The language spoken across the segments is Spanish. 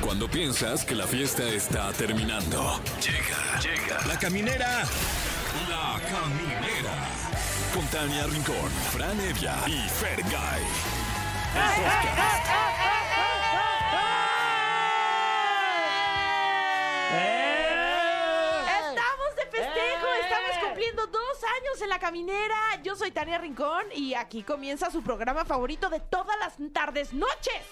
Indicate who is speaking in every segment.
Speaker 1: Cuando piensas que la fiesta está terminando. Llega, llega. La caminera. La caminera. Con Tania Rincón, Fran Evia y Fer
Speaker 2: ¡Eh!
Speaker 3: Estamos de festejo, estamos cumpliendo dos años en la caminera. Yo soy Tania Rincón y aquí comienza su programa favorito de todas las tardes noches.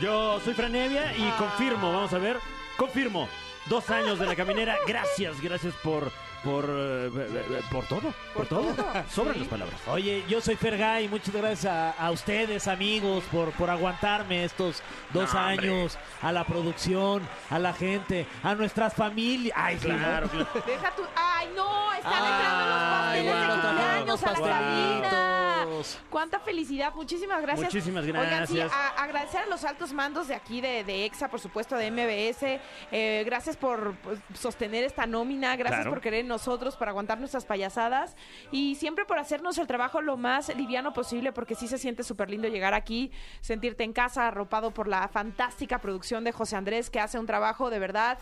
Speaker 4: Yo soy Franevia
Speaker 2: Ah.
Speaker 4: y confirmo, vamos a ver, confirmo, dos años de la caminera, gracias, gracias por, por, eh, eh, por todo, por, todo, sobran las palabras.
Speaker 2: Oye, yo soy Fergay, muchas gracias a, a ustedes, amigos, por, por aguantarme estos dos años, a la producción, a la gente, a nuestras familias. Ay, claro,
Speaker 3: Deja tu. ¡Ay, no! Están
Speaker 2: Ay,
Speaker 3: entrando los
Speaker 2: bueno,
Speaker 3: pasteles de cumpleaños
Speaker 2: tampoco
Speaker 3: a la
Speaker 2: los
Speaker 3: cabina.
Speaker 2: pastelitos.
Speaker 3: ¡Cuánta felicidad! Muchísimas gracias.
Speaker 4: Muchísimas
Speaker 3: Oigan, sí,
Speaker 4: gracias.
Speaker 3: a- agradecer a los altos mandos de aquí, de, de EXA, por supuesto, de MBS. Eh, gracias por pues, sostener esta nómina. Gracias
Speaker 4: Claro.
Speaker 3: por creer en nosotros, por aguantar nuestras payasadas. Y siempre por hacernos el trabajo lo más liviano posible, porque sí se siente súper lindo llegar aquí, sentirte en casa, arropado por la fantástica producción de José Andrés, que hace un trabajo de verdad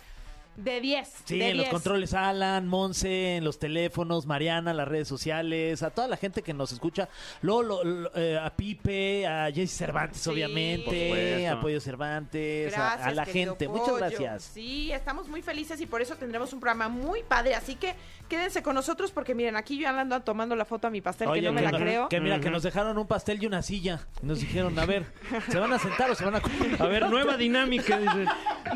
Speaker 3: de 10.
Speaker 2: Sí,
Speaker 3: de
Speaker 2: en los
Speaker 3: 10.
Speaker 2: controles Alan, Monse, en los teléfonos, Mariana, las redes sociales, a toda la gente que nos escucha, Lolo, lo- eh, a Pipe, a Jesse Cervantes,
Speaker 3: Sí. Por
Speaker 2: obviamente,
Speaker 4: supuesto.
Speaker 2: a Pollo Cervantes, a-
Speaker 3: Gracias,
Speaker 2: a, la
Speaker 3: querido
Speaker 2: gente, muchas
Speaker 3: Pollo.
Speaker 2: gracias.
Speaker 3: Sí, estamos muy felices y por eso tendremos un programa muy padre. Así que quédense con nosotros porque miren, aquí yo ando tomando la foto a mi pastel que no me la
Speaker 2: nos-
Speaker 3: creo.
Speaker 2: que mira, que nos dejaron un pastel y una silla. Y nos dijeron, a ver, ¿se van a sentar o se van a comer?
Speaker 4: A ver, nueva dinámica, dice.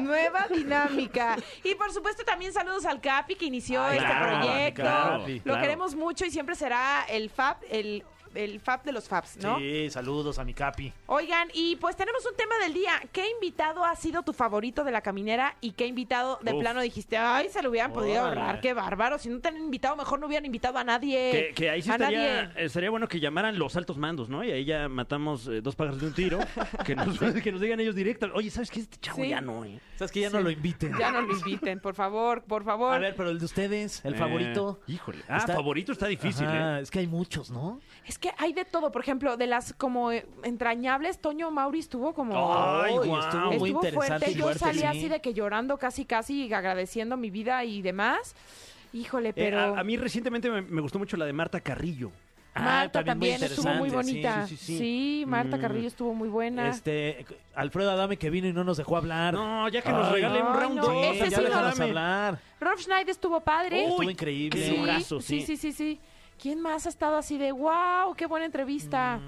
Speaker 3: Nueva dinámica. Y por supuesto también saludos al Capi que inició
Speaker 2: Ay,
Speaker 3: este
Speaker 2: Ah, claro,
Speaker 3: proyecto.
Speaker 2: claro,
Speaker 3: Lo
Speaker 2: claro.
Speaker 3: queremos mucho y siempre será el Fab, el, el Fab de los Fabs, ¿no?
Speaker 2: Sí, saludos a mi capi.
Speaker 3: Oigan, y pues tenemos un tema del día. ¿Qué invitado ha sido tu favorito de la caminera y qué invitado de
Speaker 4: Uf.
Speaker 3: plano dijiste, ay, se lo hubieran podido
Speaker 4: Órale.
Speaker 3: ahorrar? Qué bárbaro. Si no te han invitado, mejor no hubieran invitado a nadie.
Speaker 4: Que, que ahí sí
Speaker 3: Eh, a
Speaker 4: estaría, eh,
Speaker 3: nadie.
Speaker 4: estaría bueno que llamaran los altos mandos, ¿no? Y ahí ya matamos eh, dos pájaros de un tiro. Que nos, que nos digan ellos directo. Oye, ¿sabes qué? Este chavo
Speaker 3: Sí.
Speaker 4: ya no, ¿eh?
Speaker 2: ¿Sabes que ya no lo inviten?
Speaker 3: Ya no lo inviten, por favor, por favor.
Speaker 2: A ver, pero el de ustedes, el
Speaker 4: Eh,
Speaker 2: favorito.
Speaker 4: Híjole. Ah,
Speaker 2: Está-
Speaker 4: favorito está difícil,
Speaker 2: Ajá,
Speaker 4: ¿eh?
Speaker 2: Es que hay muchos, ¿no?
Speaker 3: Es que hay de todo. Por ejemplo, de las como eh, entrañables, Toño Mauri estuvo como...
Speaker 4: Ay,
Speaker 2: Uy,
Speaker 4: guau.
Speaker 2: estuvo muy
Speaker 3: Estuvo
Speaker 2: interesante.
Speaker 3: fuerte.
Speaker 2: y
Speaker 3: Yo
Speaker 2: fuerte,
Speaker 3: salí
Speaker 2: sí.
Speaker 3: así de que llorando casi, casi, y agradeciendo mi vida y demás. Híjole,
Speaker 4: Eh,
Speaker 3: pero...
Speaker 4: a, a mí recientemente me, me gustó mucho la de Marta Carrillo.
Speaker 2: Ah,
Speaker 3: Marta también, estuvo muy
Speaker 2: interesante, sí,
Speaker 3: bonita. Sí,
Speaker 4: sí, sí, sí.
Speaker 3: Marta
Speaker 4: Mm.
Speaker 3: Carrillo estuvo muy buena.
Speaker 2: Este, Alfredo Adame que vino y no nos dejó hablar.
Speaker 4: No, ya que nos
Speaker 2: Ay,
Speaker 4: regalen un
Speaker 3: ay,
Speaker 4: round
Speaker 3: no.
Speaker 4: dos,
Speaker 3: Ese
Speaker 4: ya
Speaker 3: sí
Speaker 4: déjala
Speaker 3: no.
Speaker 2: déjanos
Speaker 4: dame.
Speaker 2: hablar.
Speaker 3: Rolf Schneider estuvo padre.
Speaker 4: Uy,
Speaker 2: Estuvo increíble.
Speaker 4: qué
Speaker 3: sí,
Speaker 4: lujazo,
Speaker 3: sí,
Speaker 4: sí.
Speaker 3: sí, sí, sí. ¿Quién más ha estado así de wow, qué buena entrevista?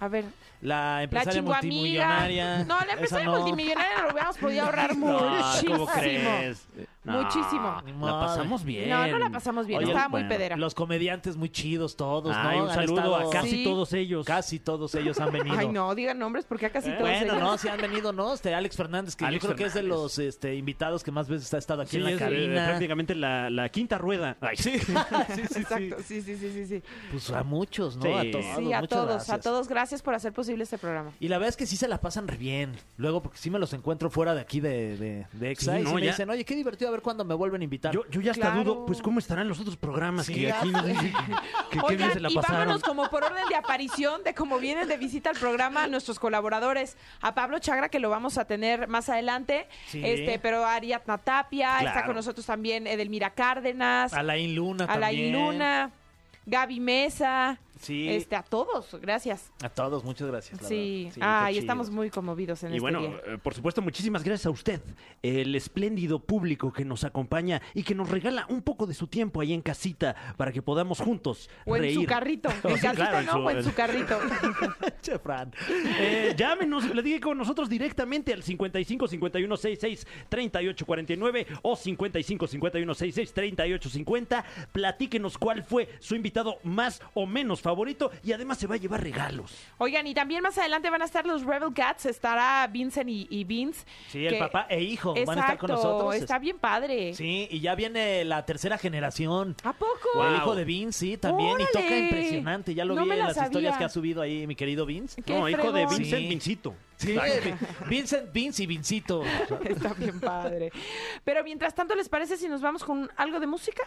Speaker 3: A ver,
Speaker 2: La
Speaker 3: la
Speaker 2: empresaria
Speaker 3: chinguamiga.
Speaker 2: multimillonaria.
Speaker 3: No, la
Speaker 2: Esa
Speaker 3: empresaria
Speaker 2: no.
Speaker 3: multimillonaria lo hubiéramos podido ahorrar
Speaker 4: Ay,
Speaker 3: muchísimo.
Speaker 4: ¿cómo crees?
Speaker 3: Muchísimo.
Speaker 4: La pasamos bien.
Speaker 3: No, no la pasamos bien,
Speaker 2: Oye,
Speaker 3: estaba muy
Speaker 4: bueno,
Speaker 3: pedera.
Speaker 2: Los comediantes muy chidos todos,
Speaker 4: Ay,
Speaker 2: ¿no?
Speaker 4: un
Speaker 2: Han
Speaker 4: saludo
Speaker 2: estado-
Speaker 4: a casi
Speaker 3: Sí.
Speaker 4: todos ellos.
Speaker 2: Casi todos ellos han venido.
Speaker 3: Ay, no, digan nombres porque a casi todos
Speaker 2: Eh, Bueno,
Speaker 3: ellos-
Speaker 2: no, si han venido, ¿no? Este Alex Fernández, que
Speaker 4: Alex
Speaker 2: yo creo que es de
Speaker 4: Fernández.
Speaker 2: los este, invitados que más veces ha estado aquí
Speaker 4: Sí,
Speaker 2: en la
Speaker 4: es, eh,
Speaker 2: cabina.
Speaker 4: prácticamente la, la quinta rueda. Ay, sí.
Speaker 3: Exacto, sí, sí, sí, sí, sí.
Speaker 2: Pues a muchos, ¿no?
Speaker 4: Sí.
Speaker 2: A todos.
Speaker 3: Sí, a
Speaker 2: muchas
Speaker 3: todos, a
Speaker 2: gracias.
Speaker 3: todos, gracias por hacer posible este programa.
Speaker 2: Y la verdad es que sí se la pasan re bien. Luego, porque sí me los encuentro fuera de aquí de, de, de EXA.
Speaker 4: Sí,
Speaker 2: y sí
Speaker 4: no,
Speaker 2: me
Speaker 4: ya.
Speaker 2: dicen, oye, qué divertido a ver cuándo me vuelven a invitar.
Speaker 4: Yo, yo ya hasta
Speaker 3: Claro.
Speaker 4: dudo, pues, ¿cómo estarán los otros programas
Speaker 2: Sí,
Speaker 4: que
Speaker 2: ya
Speaker 4: aquí nos dicen que, que qué bien
Speaker 3: Oigan,
Speaker 4: se la
Speaker 3: y
Speaker 4: pasaron?
Speaker 3: vámonos como por orden de aparición de cómo vienen de visita al programa a nuestros colaboradores. A Pablo Chagra, que lo vamos a tener más adelante,
Speaker 2: Sí.
Speaker 3: este, pero a Ariadna Tapia, está
Speaker 4: Claro.
Speaker 3: con nosotros también Edelmira Cárdenas,
Speaker 2: Alain Luna
Speaker 3: Alain
Speaker 2: también.
Speaker 3: Luna, Gaby Mesa,
Speaker 2: Sí.
Speaker 3: este, a todos, gracias.
Speaker 2: A todos, muchas
Speaker 4: Pues
Speaker 2: gracias. la
Speaker 3: Sí,
Speaker 2: verdad.
Speaker 3: ay,
Speaker 2: qué chido.
Speaker 3: estamos muy conmovidos en
Speaker 4: Y
Speaker 3: este
Speaker 4: bueno,
Speaker 3: día.
Speaker 4: eh, por supuesto, muchísimas gracias a usted, el espléndido público que nos acompaña y que nos regala un poco de su tiempo ahí en casita para que podamos juntos
Speaker 3: O en
Speaker 4: reír.
Speaker 3: su carrito, en
Speaker 4: Sí,
Speaker 3: casita
Speaker 4: claro,
Speaker 3: no, o en su carrito.
Speaker 2: Che, Fran.
Speaker 4: Eh, llámenos, platique con nosotros directamente al 55 51 66 38 49 o 55 51 66 38 50. Platíquenos cuál fue su invitado más o menos favorito y además se va a llevar regalos.
Speaker 3: Oigan, y también más adelante van a estar los Rebel Cats, estará Vincent y, y Vince.
Speaker 2: Sí, el
Speaker 3: que-
Speaker 2: papá e hijo van a estar con
Speaker 3: Exacto,
Speaker 2: nosotros. este,
Speaker 3: Está bien padre.
Speaker 2: Sí, y ya viene la tercera generación.
Speaker 3: ¿A poco?
Speaker 2: O El
Speaker 4: Wow.
Speaker 2: hijo de Vince, sí, también. Y toca
Speaker 3: ¡Órale!
Speaker 2: impresionante. Ya lo
Speaker 3: No
Speaker 2: vi
Speaker 3: me
Speaker 2: en
Speaker 3: la
Speaker 2: las historias
Speaker 3: sabía.
Speaker 2: que ha subido ahí mi querido Vince.
Speaker 3: ¡Qué
Speaker 4: no, hijo de
Speaker 3: fregón!
Speaker 4: Vincent
Speaker 2: Sí.
Speaker 4: Vincito.
Speaker 2: Sí, Vincent, Vince y Vincito.
Speaker 3: Está bien padre. Pero mientras tanto, ¿les parece si nos vamos con algo de música?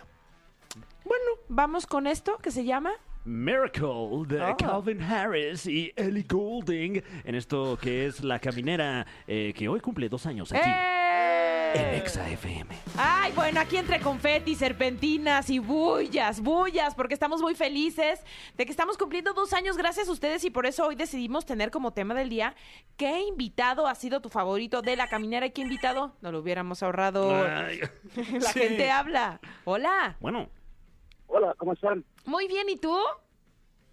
Speaker 3: Bueno, vamos con esto que se llama
Speaker 4: Miracle de
Speaker 3: Ah.
Speaker 4: Calvin Harris y Ellie Goulding en esto que es la caminera eh, que hoy cumple dos años aquí en
Speaker 3: ¡Eh!
Speaker 4: Exa FM.
Speaker 3: Ay, bueno, aquí entre confeti, serpentinas y bullas, bullas, porque estamos muy felices de que estamos cumpliendo dos años gracias a ustedes y por eso hoy decidimos tener como tema del día qué invitado ha sido tu favorito de la caminera y qué invitado no lo hubiéramos ahorrado.
Speaker 2: Ah,
Speaker 4: Ay,
Speaker 3: La
Speaker 4: sí.
Speaker 3: gente habla. Hola.
Speaker 4: Bueno,
Speaker 5: Hola, ¿cómo están?
Speaker 3: Muy bien, ¿y tú?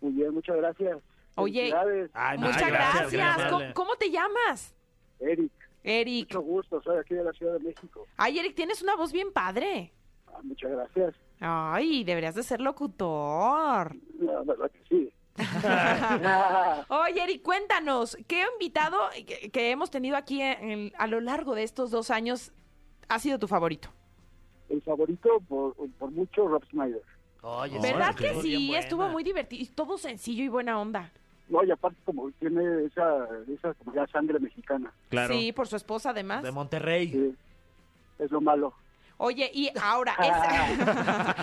Speaker 5: Muy bien, muchas gracias.
Speaker 3: Oye.
Speaker 5: Felicidades,
Speaker 2: Ay, no,
Speaker 3: Muchas
Speaker 2: ay,
Speaker 3: gracias.
Speaker 2: gracias.
Speaker 3: ¿Cómo, cómo te llamas?
Speaker 5: Eric.
Speaker 3: Eric.
Speaker 5: Mucho gusto, soy aquí de la Ciudad de México.
Speaker 3: Ay, Eric, tienes una voz bien padre.
Speaker 5: Ah, muchas gracias.
Speaker 3: Ay, deberías de ser locutor.
Speaker 5: La verdad que sí. Ah,
Speaker 3: Oye, Eric, cuéntanos, ¿qué invitado que, que hemos tenido aquí en- en- a lo largo de estos dos años ha sido tu favorito?
Speaker 5: El favorito por, por mucho, Rob Snyder.
Speaker 2: Oye,
Speaker 3: ¿Verdad
Speaker 2: sí,
Speaker 3: que
Speaker 2: estuvo bien
Speaker 3: sí?
Speaker 2: buena.
Speaker 3: Estuvo muy divertido y todo sencillo y buena onda.
Speaker 5: No, y aparte como tiene esa, esa como ya sangre mexicana.
Speaker 4: claro.
Speaker 3: Sí, por su esposa además.
Speaker 2: De Monterrey.
Speaker 5: que es lo malo.
Speaker 3: Oye, y ahora,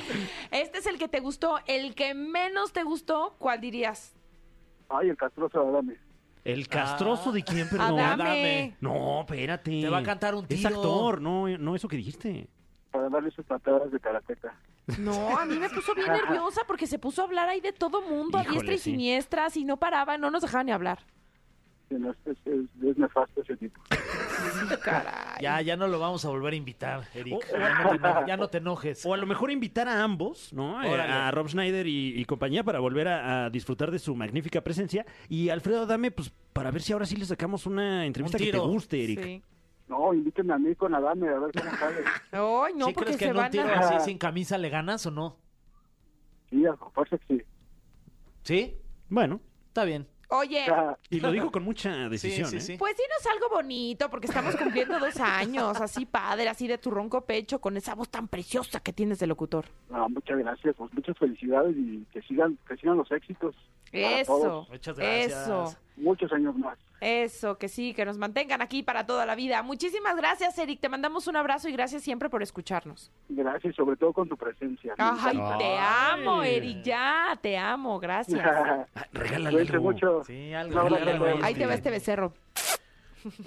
Speaker 3: es- este es el que te gustó, el que menos te gustó, ¿cuál dirías?
Speaker 5: Ay, el castroso de Adame.
Speaker 4: El castroso de
Speaker 3: Ah.
Speaker 4: quién, perdón.
Speaker 3: Adame.
Speaker 2: Adame.
Speaker 4: No, espérate.
Speaker 2: Te va a cantar un
Speaker 4: Es
Speaker 2: tiro.
Speaker 4: actor, no, no eso que dijiste.
Speaker 5: Para darle sus patadas de karateca.
Speaker 3: No, a mí me puso bien nerviosa porque se puso a hablar ahí de todo mundo, a
Speaker 4: Híjole,
Speaker 3: diestra y
Speaker 4: sí.
Speaker 3: siniestra, si no paraba, no nos dejaba ni hablar.
Speaker 5: Sí, no, Es, es- es- es nefasto ese tipo.
Speaker 3: Caray.
Speaker 2: Ya, ya no lo vamos a volver a invitar, Eric.
Speaker 4: O- o-
Speaker 2: ya, no te enojes, ya no te enojes.
Speaker 4: O a lo mejor invitar a ambos, ¿no? Eh,
Speaker 2: Órale.
Speaker 4: a Rob Schneider y, y compañía para volver a, a disfrutar de su magnífica presencia. Y Alfredo Adame, pues para ver si ahora sí le sacamos una entrevista que te
Speaker 2: tiro.
Speaker 4: guste, Eric.
Speaker 3: Sí.
Speaker 5: No, invítenme a mí con Adame a ver cómo sale.
Speaker 3: Ay, no,
Speaker 2: ¿Sí
Speaker 3: porque
Speaker 2: crees que
Speaker 3: se
Speaker 2: en un
Speaker 3: van
Speaker 2: tiro
Speaker 3: a...
Speaker 2: así sin camisa le ganas o no?
Speaker 5: Sí, a fuerza que sí.
Speaker 2: ¿Sí?
Speaker 4: Bueno,
Speaker 2: Está bien.
Speaker 3: Oye,
Speaker 5: Ah,
Speaker 4: y lo digo con mucha decisión.
Speaker 2: sí,
Speaker 4: ¿eh?
Speaker 2: sí.
Speaker 3: pues dinos algo bonito, porque estamos cumpliendo dos años, así padre, así de tu ronco pecho, con esa voz tan preciosa que tienes de locutor.
Speaker 5: No, muchas gracias, pues muchas felicidades y que sigan, que sigan los éxitos. para
Speaker 3: Eso,
Speaker 5: todos.
Speaker 2: Muchas gracias.
Speaker 3: eso,
Speaker 5: Muchos años más.
Speaker 3: eso, que sí, que nos mantengan aquí para toda la vida. Muchísimas gracias, Eric, te mandamos un abrazo y gracias siempre por escucharnos.
Speaker 5: Gracias, sobre todo con tu presencia.
Speaker 3: Ay, te
Speaker 4: Ay.
Speaker 3: amo, Eric, ya, te amo, gracias.
Speaker 4: Ah, regálale
Speaker 5: Cuídense
Speaker 4: algo.
Speaker 5: mucho.
Speaker 2: Sí,
Speaker 5: Un
Speaker 2: algo.
Speaker 5: abrazo
Speaker 2: regálale
Speaker 5: a todos.
Speaker 2: algo.
Speaker 3: Ahí te va este becerro.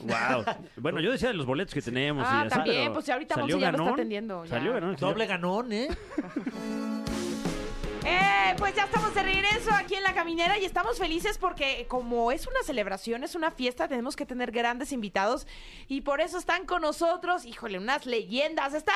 Speaker 4: Wow. Bueno, yo decía de los boletos que tenemos. y
Speaker 3: Ah,
Speaker 4: así,
Speaker 3: también,
Speaker 4: pero
Speaker 3: pues ya ahorita
Speaker 4: salió
Speaker 3: Monse ya lo está
Speaker 4: ganón.
Speaker 3: atendiendo, ya.
Speaker 4: Salió ganón.
Speaker 2: Doble ganón, ¿eh?
Speaker 3: Eh, pues ya estamos de regreso aquí en la caminera y estamos felices porque como es una celebración, es una fiesta, tenemos que tener grandes invitados y por eso están con nosotros, híjole, unas leyendas. Está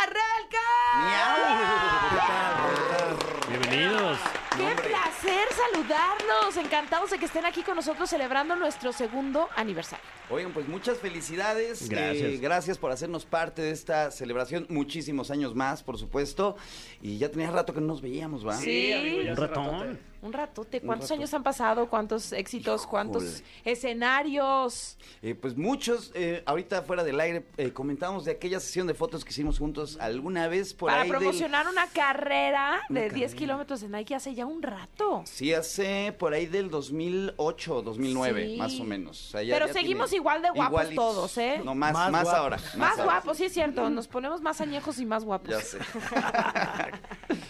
Speaker 3: Relka.
Speaker 4: Bienvenidos.
Speaker 3: Qué placer saludarlos, encantados de que estén aquí con nosotros celebrando nuestro segundo aniversario.
Speaker 6: Oigan, pues muchas felicidades.
Speaker 4: Gracias.
Speaker 6: Eh, gracias por hacernos parte de esta celebración. Muchísimos años más, por supuesto. Y ya tenía rato que no nos veíamos, ¿va?
Speaker 4: Un ratón.
Speaker 3: Un ratote,
Speaker 6: Un
Speaker 3: ¿cuántos
Speaker 6: rato.
Speaker 3: años han pasado? ¿Cuántos éxitos? ¿Cuántos
Speaker 6: Híjole.
Speaker 3: escenarios?
Speaker 6: Eh, pues muchos, eh, ahorita fuera del aire, eh, comentamos de aquella sesión de fotos que hicimos juntos alguna vez por
Speaker 3: para
Speaker 6: ahí. del-
Speaker 3: promocionar una carrera
Speaker 6: Una
Speaker 3: de 10
Speaker 6: carrera.
Speaker 3: kilómetros de Nike hace ya un rato.
Speaker 6: Sí, hace por ahí del 2008 o 2009,
Speaker 3: Sí.
Speaker 6: más o menos. O sea,
Speaker 3: Pero seguimos igual de guapos
Speaker 6: igualitos.
Speaker 3: todos, ¿eh?
Speaker 6: No, más,
Speaker 2: Más
Speaker 6: más,
Speaker 2: guapos.
Speaker 6: ahora.
Speaker 3: Más
Speaker 6: ahora.
Speaker 3: guapos, sí es cierto. Nos ponemos más añejos y más guapos.
Speaker 6: Ya sé.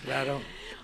Speaker 2: Claro.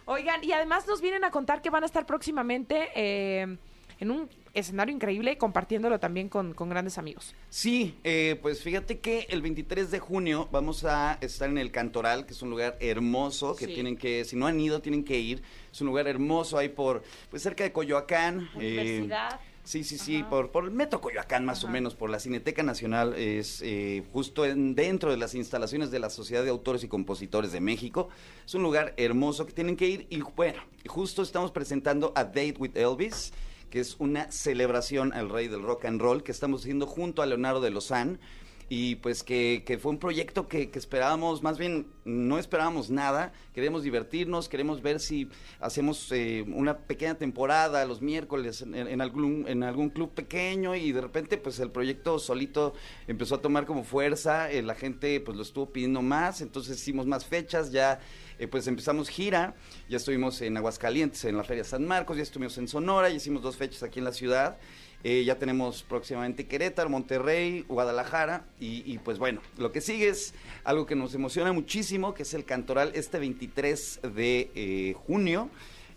Speaker 3: Oigan, y además nos vienen a contar que van a estar próximamente eh, en un escenario increíble y compartiéndolo también con, con grandes amigos.
Speaker 6: Sí, eh, pues fíjate que el 23 de junio vamos a estar en el Cantoral, que es un lugar hermoso, que
Speaker 3: Sí.
Speaker 6: tienen que, si no han ido, tienen que ir. Es un lugar hermoso ahí por, pues cerca de Coyoacán. eh,
Speaker 3: Universidad.
Speaker 6: Sí, sí, sí, por, por el Metro Coyoacán más o menos, por la Cineteca Nacional, es eh, justo en- dentro de las instalaciones de la Sociedad de Autores y Compositores de México. Es un lugar hermoso que tienen que ir y bueno, justo estamos presentando A Date with Elvis, que es una celebración al rey del rock and roll que estamos haciendo junto a Leonardo de Lozán. Y pues que, que fue un proyecto que, que esperábamos, más bien no esperábamos nada, queremos divertirnos, queremos ver si hacemos eh, una pequeña temporada los miércoles en, en algún, en algún club pequeño y de repente pues el proyecto solito empezó a tomar como fuerza, eh, la gente pues lo estuvo pidiendo más, entonces hicimos más fechas, ya eh, pues empezamos gira, ya estuvimos en Aguascalientes, en la Feria San Marcos, ya estuvimos en Sonora, ya hicimos dos fechas aquí en la ciudad. Eh, ya tenemos próximamente Querétaro, Monterrey, Guadalajara. Y, y, pues bueno, lo que sigue es algo que nos emociona muchísimo, que es el Cantoral este 23 de eh, junio.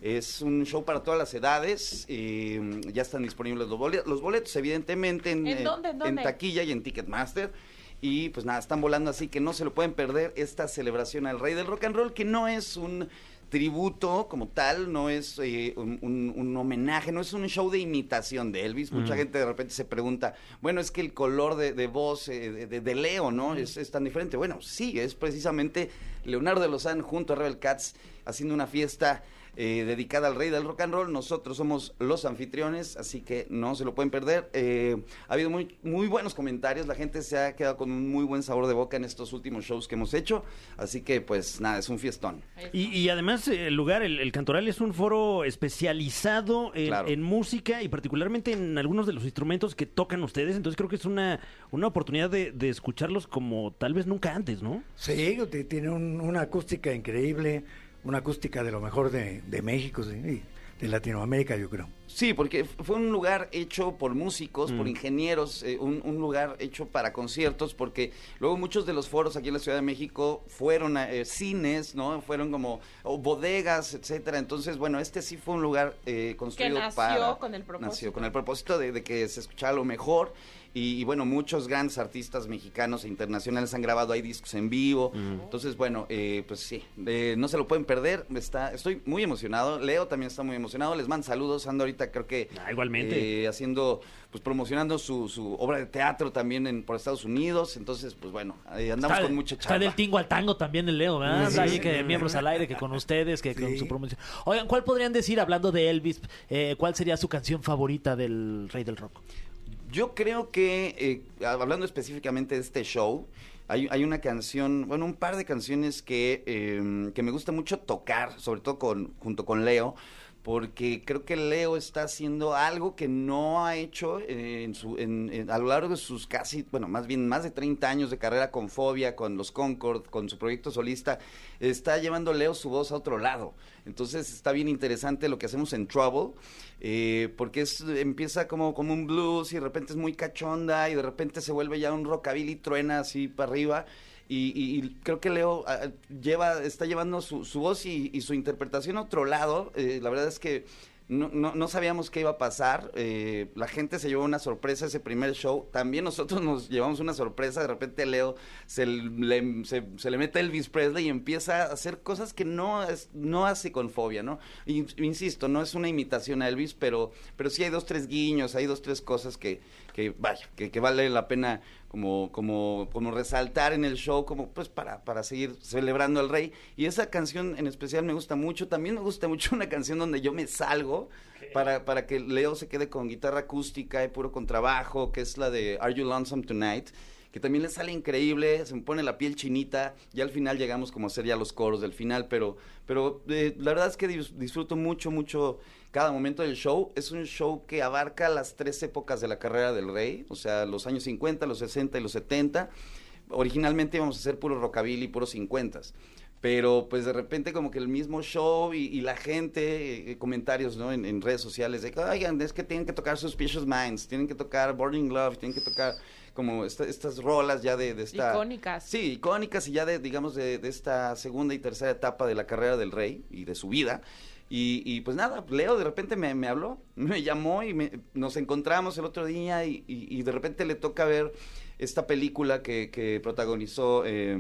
Speaker 6: Es un show para todas las edades. eh, ya están disponibles los boletos, los boletos evidentemente, en,
Speaker 3: ¿En
Speaker 6: eh,
Speaker 3: dónde, en dónde?
Speaker 6: taquilla y en Ticketmaster. Y pues nada, están volando así que no se lo pueden perder esta celebración al rey del rock and roll, que no es un tributo como tal, no es eh, un, un- un homenaje, no es un show de imitación de Elvis. Mucha gente de repente se pregunta, bueno, es que el color de, de voz eh, de, de- de Leo, ¿no? Es, es tan diferente. Bueno, sí, es precisamente Leonardo de Lozán junto a Rebel Katz haciendo una fiesta eh, dedicada al rey del rock and roll. Nosotros somos los anfitriones, así que no se lo pueden perder. Eh, ha habido muy, muy buenos comentarios, la gente se ha quedado con un muy buen sabor de boca en estos últimos shows que hemos hecho, así que pues nada, es un fiestón.
Speaker 4: Y, y además eh, el lugar, el, el Cantoral, es un foro especializado en,
Speaker 6: Claro.
Speaker 4: en música y particularmente en algunos de los instrumentos que tocan ustedes. Entonces creo que es una, una oportunidad de, de escucharlos como tal vez nunca antes, ¿no?
Speaker 7: Sí, t- tiene un- una acústica increíble, una acústica de lo mejor de, de México, sí, y de Latinoamérica, yo creo.
Speaker 6: Sí, porque f- fue un lugar hecho por músicos, por ingenieros, eh, un, un lugar hecho para conciertos, porque luego muchos de los foros aquí en la Ciudad de México fueron a, eh, cines, ¿no? Fueron como o bodegas, etcétera. Entonces, bueno, este sí fue un lugar eh, construido
Speaker 3: nació
Speaker 6: para-
Speaker 3: con el propósito.
Speaker 6: nació con el propósito de, de que se escuchara lo mejor. Y, y, bueno, muchos grandes artistas mexicanos e internacionales han grabado ahí discos en vivo. Entonces, bueno, eh, pues sí, eh, no se lo pueden perder. Está, estoy muy emocionado. Leo también está muy emocionado. Les mando saludos. Ando ahorita, creo que.
Speaker 4: Ah, igualmente.
Speaker 6: eh, haciendo, pues promocionando su, su obra de teatro también en, por Estados Unidos. Entonces, pues bueno, eh, andamos
Speaker 2: Está-
Speaker 6: con mucha
Speaker 2: Está
Speaker 6: charla.
Speaker 2: del tingo al tango también el Leo, ¿verdad?
Speaker 7: Sí,
Speaker 2: Anda ahí
Speaker 7: sí.
Speaker 2: que miembros al aire, que con ustedes, que con
Speaker 7: Sí.
Speaker 2: su promoción. Oigan, ¿cuál podrían decir, hablando de Elvis, eh, cuál sería su canción favorita del Rey del Rock?
Speaker 6: Yo creo que, eh, hablando específicamente de este show, hay, hay una canción, bueno, un par de canciones que, eh, que me gusta mucho tocar, sobre todo con, junto con Leo, porque creo que Leo está haciendo algo que no ha hecho eh, en su, en- en- a lo largo de sus casi, bueno, más bien más de 30 años de carrera con Fobia, con los Concord, con su proyecto solista. Está llevando Leo su voz a otro lado. Entonces está bien interesante lo que hacemos en Trouble, eh, porque es, empieza como, como un blues y de repente es muy cachonda y de repente se vuelve ya un rockabilly truena así para arriba. Y, y- y creo que Leo ah, lleva, está llevando su, su voz y, y su interpretación a otro lado. Eh, la verdad es que no, no, no sabíamos qué iba a pasar. eh, la gente se llevó una sorpresa ese primer show. También nosotros nos llevamos una sorpresa. De repente Leo se le, se, se le mete Elvis Presley y empieza a hacer cosas que no, es- no hace con fobia, ¿no? Y- insisto, no es una imitación a Elvis, pero, pero sí hay dos, tres guiños, hay dos, tres cosas que, que vaya, que, que vale la pena como, como, como resaltar en el show, como pues para, para seguir celebrando al rey. Y esa canción en especial me gusta mucho. También me gusta mucho una canción donde yo me salgo para, para que Leo se quede con guitarra acústica y puro contrabajo, que es la de Are You Lonesome Tonight? Que también le sale increíble, se me pone la piel chinita y al final llegamos como a hacer ya los coros del final, pero, pero eh, la verdad es que dis- disfruto mucho, mucho cada momento del show. Es un show que abarca las tres épocas de la carrera del rey, o sea, los años 50, los 60 y los 70. Originalmente íbamos a hacer puro rockabilly, puro 50. Pero pues de repente como que el mismo show y, y la gente, eh, comentarios ¿no? en, en redes sociales de que, oigan, es que tienen que tocar Suspicious Minds, tienen que tocar Burning Love, tienen que tocar como esta- estas rolas ya de, de esta...
Speaker 3: Icónicas.
Speaker 6: Sí, icónicas y ya de, digamos, de, de esta segunda y tercera etapa de la carrera del rey y de su vida. Y, y, pues nada, Leo de repente me, me habló, me llamó y me- nos encontramos el otro día y, y- y de repente le toca ver esta película que, que protagonizó eh,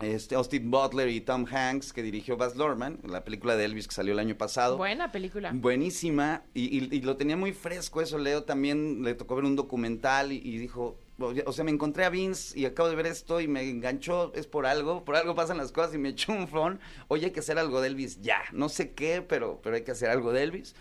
Speaker 6: este Austin Butler y Tom Hanks, que dirigió Baz Luhrmann, la película de Elvis que salió el año pasado.
Speaker 3: Buena película.
Speaker 6: Buenísima. Y, y- y lo tenía muy fresco eso. Leo también le tocó ver un documental y, y dijo, "Oye, o sea, me encontré a Vince y acabo de ver esto y me enganchó, es por algo, por algo pasan las cosas y me echó un fron. Oye, hay que hacer algo de Elvis ya. No sé qué, pero, pero hay que hacer algo de Elvis.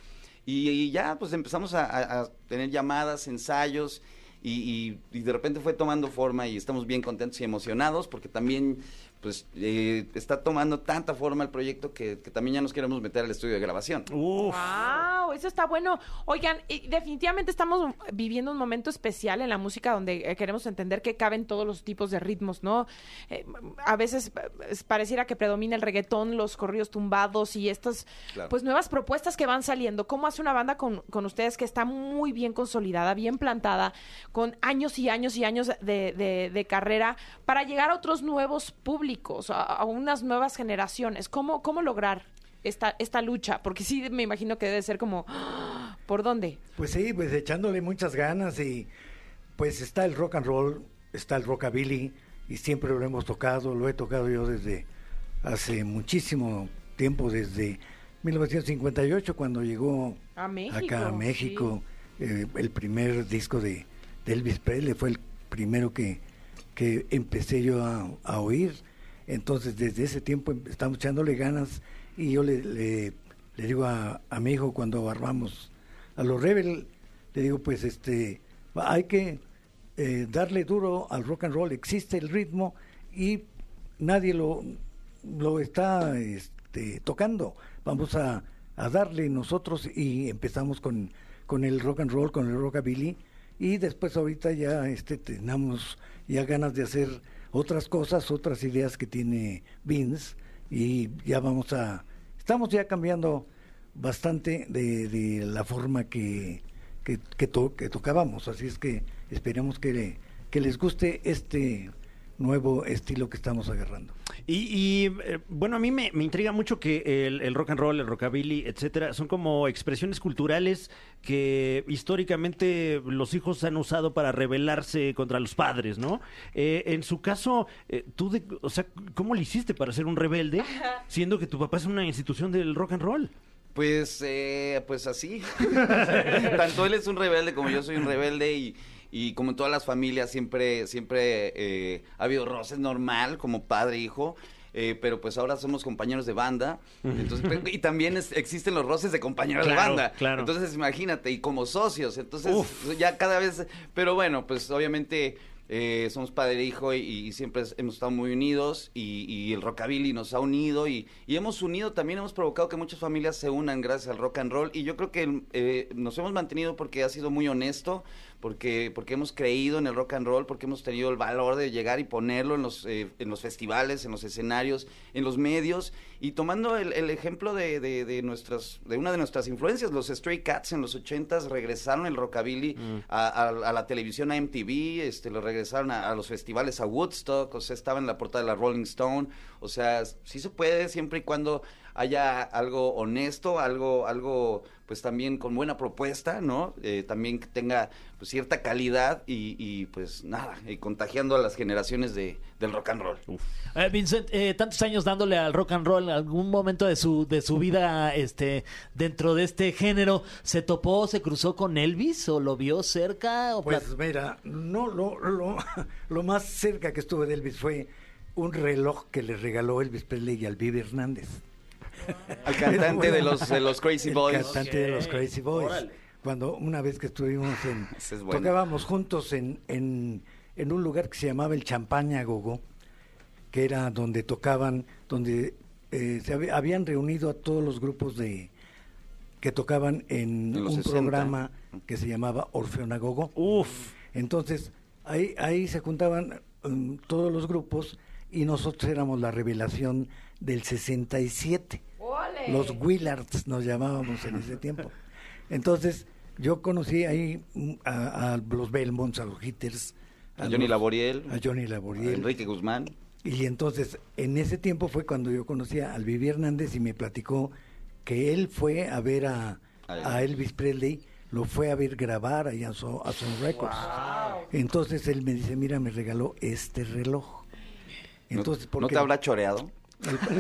Speaker 6: Y, y ya, pues empezamos a, a- a tener llamadas, ensayos. Y, y- y de repente fue tomando forma y estamos bien contentos y emocionados porque también pues eh, está tomando tanta forma el proyecto que, que también ya nos queremos meter al estudio de grabación.
Speaker 4: Uf.
Speaker 3: Wow, eso está bueno. Oigan, y definitivamente estamos viviendo un momento especial en la música donde eh, queremos entender que caben todos los tipos de ritmos, ¿no? Eh, a veces eh, es- pareciera que predomina el reggaetón, los corridos tumbados y estas
Speaker 6: Claro.
Speaker 3: pues nuevas propuestas que van saliendo. ¿Cómo hace una banda con, con ustedes que está muy bien consolidada, bien plantada, con años y años y años de, de- de carrera para llegar a otros nuevos públicos, a, a unas nuevas generaciones? ¿Cómo, cómo lograr? esta, esta lucha? Porque sí me imagino que debe ser como, ¡ah! ¿por dónde?
Speaker 7: Pues sí, pues echándole muchas ganas y pues está el rock and roll, está el rockabilly y siempre lo hemos tocado, lo he tocado yo desde hace muchísimo tiempo, desde 1958 cuando llegó
Speaker 3: A México,
Speaker 7: acá a
Speaker 3: sí.
Speaker 7: México eh, el primer disco de, de Elvis Presley fue el primero que, que empecé yo a, a oír. Entonces, desde ese tiempo em- estamos echándole ganas y yo le, le- le digo a, a mi hijo cuando armamos a los Rebel, le digo, pues este, hay que eh, darle duro al rock and roll, existe el ritmo y nadie lo, lo está este, tocando. Vamos a, a darle nosotros y empezamos con, con el rock and roll, con el rockabilly y después ahorita ya este, tenemos ya ganas de hacer otras cosas, otras ideas que tiene Vince y ya vamos a... Estamos ya cambiando bastante de, de la forma que, que, que to- que tocábamos, así es que esperemos que, le- que les guste este nuevo estilo que estamos agarrando.
Speaker 4: Y, y, eh, bueno, a mí me, me intriga mucho que el, el rock and roll, el rockabilly, etcétera, son como expresiones culturales que históricamente los hijos han usado para rebelarse contra los padres, ¿no? Eh, en su caso, eh, tú, de- o sea, ¿cómo le hiciste para ser un rebelde siendo que tu papá es una institución del rock and roll?
Speaker 6: Pues, eh, pues así. Tanto él es un rebelde como yo soy un rebelde y, y como en todas las familias siempre, siempre eh, ha habido roces normal como padre e hijo. eh, pero pues ahora somos compañeros de banda. Entonces, pe- y también es- existen los roces de compañeros de
Speaker 4: Claro,
Speaker 6: banda.
Speaker 4: claro.
Speaker 6: Entonces, imagínate, y como socios. Entonces, pues,
Speaker 4: Uf.
Speaker 6: ya cada vez. Pero bueno, pues obviamente eh, somos padre e hijo y, y siempre es- hemos estado muy unidos. Y, y el rockabilly nos ha unido. Y, y hemos unido también, hemos provocado que muchas familias se unan gracias al rock and roll. Y yo creo que eh, nos hemos mantenido porque ha sido muy honesto. Porque, porque hemos creído en el rock and roll, porque hemos tenido el valor de llegar y ponerlo en los, eh, en los festivales, en los escenarios, en los medios. Y tomando el, el ejemplo de, de- de nuestras, de una de nuestras influencias, los Stray Cats en los 80s regresaron el rockabilly a, a- a la televisión, a MTV, este, lo regresaron a, a los festivales, a Woodstock, o sea, estaba en la portada de la Rolling Stone. O sea, sí se puede siempre y cuando haya algo honesto, algo, algo pues también con buena propuesta, ¿no? Eh, también que tenga pues, cierta calidad y, y, pues nada, y contagiando a las generaciones de, del rock and roll.
Speaker 2: Eh, Vincent, eh, tantos años dándole al rock and roll, en algún momento de su, de su vida este, dentro de este género, ¿se topó, se cruzó con Elvis o lo vio cerca? O
Speaker 7: Pues
Speaker 2: plat-
Speaker 7: mira, no lo, lo, lo más cerca que estuve de Elvis fue un reloj que le regaló Elvis Presley y al Vivi Hernández.
Speaker 6: Al cantante de los, de los Crazy
Speaker 7: El
Speaker 6: Boys.
Speaker 7: cantante de los Crazy Boys. Cuando una vez que estuvimos en...
Speaker 6: Ese es bueno.
Speaker 7: Tocábamos juntos en, en, en un lugar que se llamaba el Champaña Gogo, que era donde tocaban, donde eh, se hab- habían reunido a todos los grupos de que tocaban en,
Speaker 6: En
Speaker 7: un
Speaker 6: los 60.
Speaker 7: programa que se llamaba Orfeonagogo.
Speaker 4: Uf,
Speaker 7: Entonces, ahí, ahí se juntaban mm, todos los grupos y nosotros éramos la revelación del 67.
Speaker 3: ¡Ole!
Speaker 7: Los Willards nos llamábamos en ese tiempo. Entonces, yo conocí ahí mm, a, a los Belmonts, a los Hitters.
Speaker 6: A Johnny
Speaker 7: los-
Speaker 6: Laboriel.
Speaker 7: A Johnny Laboriel.
Speaker 6: Enrique Guzmán.
Speaker 7: Y entonces, en ese tiempo fue cuando yo conocí a Alvivi Hernández y me platicó que él fue a ver a,
Speaker 6: A él.
Speaker 7: a Elvis Presley, lo fue a ver grabar allá a Son a Sun Records. Entonces él me dice, mira, me regaló este reloj.
Speaker 6: ¿No-
Speaker 7: Entonces,
Speaker 6: ¿No,
Speaker 7: porque
Speaker 6: te habrá choreado?
Speaker 7: el,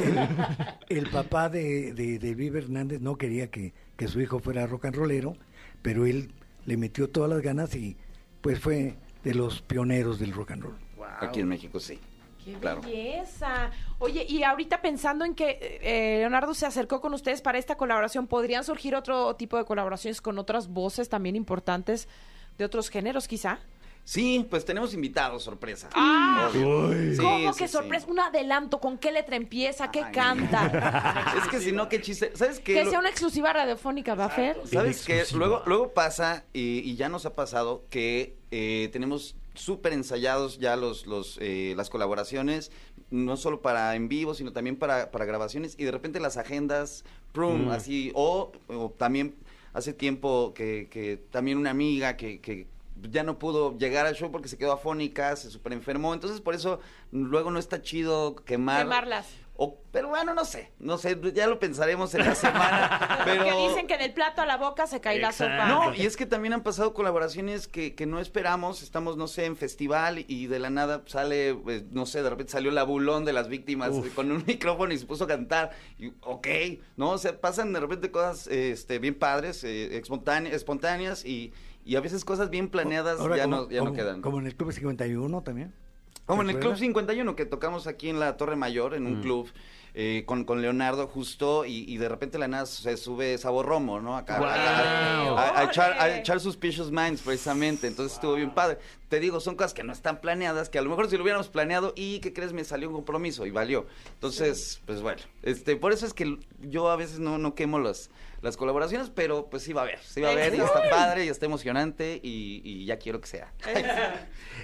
Speaker 7: el- el papá de, de, de Vive Hernández no quería que, que su hijo fuera rock and rollero, pero él le metió todas las ganas y pues fue de los pioneros del rock and roll.
Speaker 6: Aquí en México, sí.
Speaker 3: ¡Qué
Speaker 6: Claro.
Speaker 3: belleza! Oye, y ahorita pensando en que eh, Leonardo se acercó con ustedes para esta colaboración, ¿podrían surgir otro tipo de colaboraciones con otras voces también importantes de otros géneros, quizá?
Speaker 6: Sí, pues tenemos invitados, sorpresa.
Speaker 3: ¡Ah!
Speaker 6: Obvio. Sí,
Speaker 3: ¿Cómo
Speaker 6: sí,
Speaker 3: que
Speaker 6: sí.
Speaker 3: sorpresa? Un adelanto, ¿con qué letra empieza? ¿Qué
Speaker 6: Ay.
Speaker 3: canta?
Speaker 6: Es que si no, qué chiste. ¿Sabes qué?
Speaker 3: que
Speaker 6: Lo-
Speaker 3: sea una exclusiva radiofónica, ¿va, Fer?
Speaker 6: ¿Sabes qué?
Speaker 2: exclusiva.
Speaker 6: Luego, luego pasa, y, y ya nos ha pasado, que eh, tenemos súper ensayados ya los, los, eh, las colaboraciones, no solo para en vivo, sino también para, para grabaciones, y de repente las agendas, prum, así, o, o también hace tiempo que, que también una amiga que, que ya no pudo llegar al show porque se quedó afónica, se super enfermó. Entonces, por eso luego no está chido quemar.
Speaker 3: Quemarlas.
Speaker 6: O- pero bueno, no sé, no sé, ya lo pensaremos en la semana. pero...
Speaker 3: Porque dicen que del plato a la boca se cae
Speaker 4: Exacto.
Speaker 3: la sopa.
Speaker 6: No, y es que también han pasado colaboraciones que, que no esperamos. Estamos, no sé, en festival y de la nada sale, pues, no sé, de repente salió la bulón de las víctimas con un micrófono y se puso a cantar. Y, ok, ¿no? O sea, pasan de repente cosas este, bien padres, eh, espontáne- espontáneas y, y a veces cosas bien planeadas
Speaker 7: Ahora,
Speaker 6: ya,
Speaker 7: como-
Speaker 6: no, ya
Speaker 7: como,
Speaker 6: no quedan.
Speaker 7: Como en el Club 51 también.
Speaker 6: Como en
Speaker 7: ¿Te
Speaker 6: el Club
Speaker 7: acuerdas?
Speaker 6: 51 que tocamos aquí en la Torre Mayor, en un club eh, con, con Leonardo justo, y, y de repente la nada se sube Sabor Romo, ¿no? Acá,
Speaker 4: ¡Guau!
Speaker 6: a, a- a echar, a
Speaker 3: ¡Órale!
Speaker 6: echar Suspicious Minds, precisamente. Entonces estuvo bien padre. Te digo, son cosas que no están planeadas, que a lo mejor si lo hubiéramos planeado, y ¿qué crees? Me salió un compromiso y valió. Entonces, pues bueno, este por eso es que yo a veces no, no quemo las, las colaboraciones, pero pues sí va a haber, sí va a haber, y está padre, y está emocionante, y, y ya quiero que sea.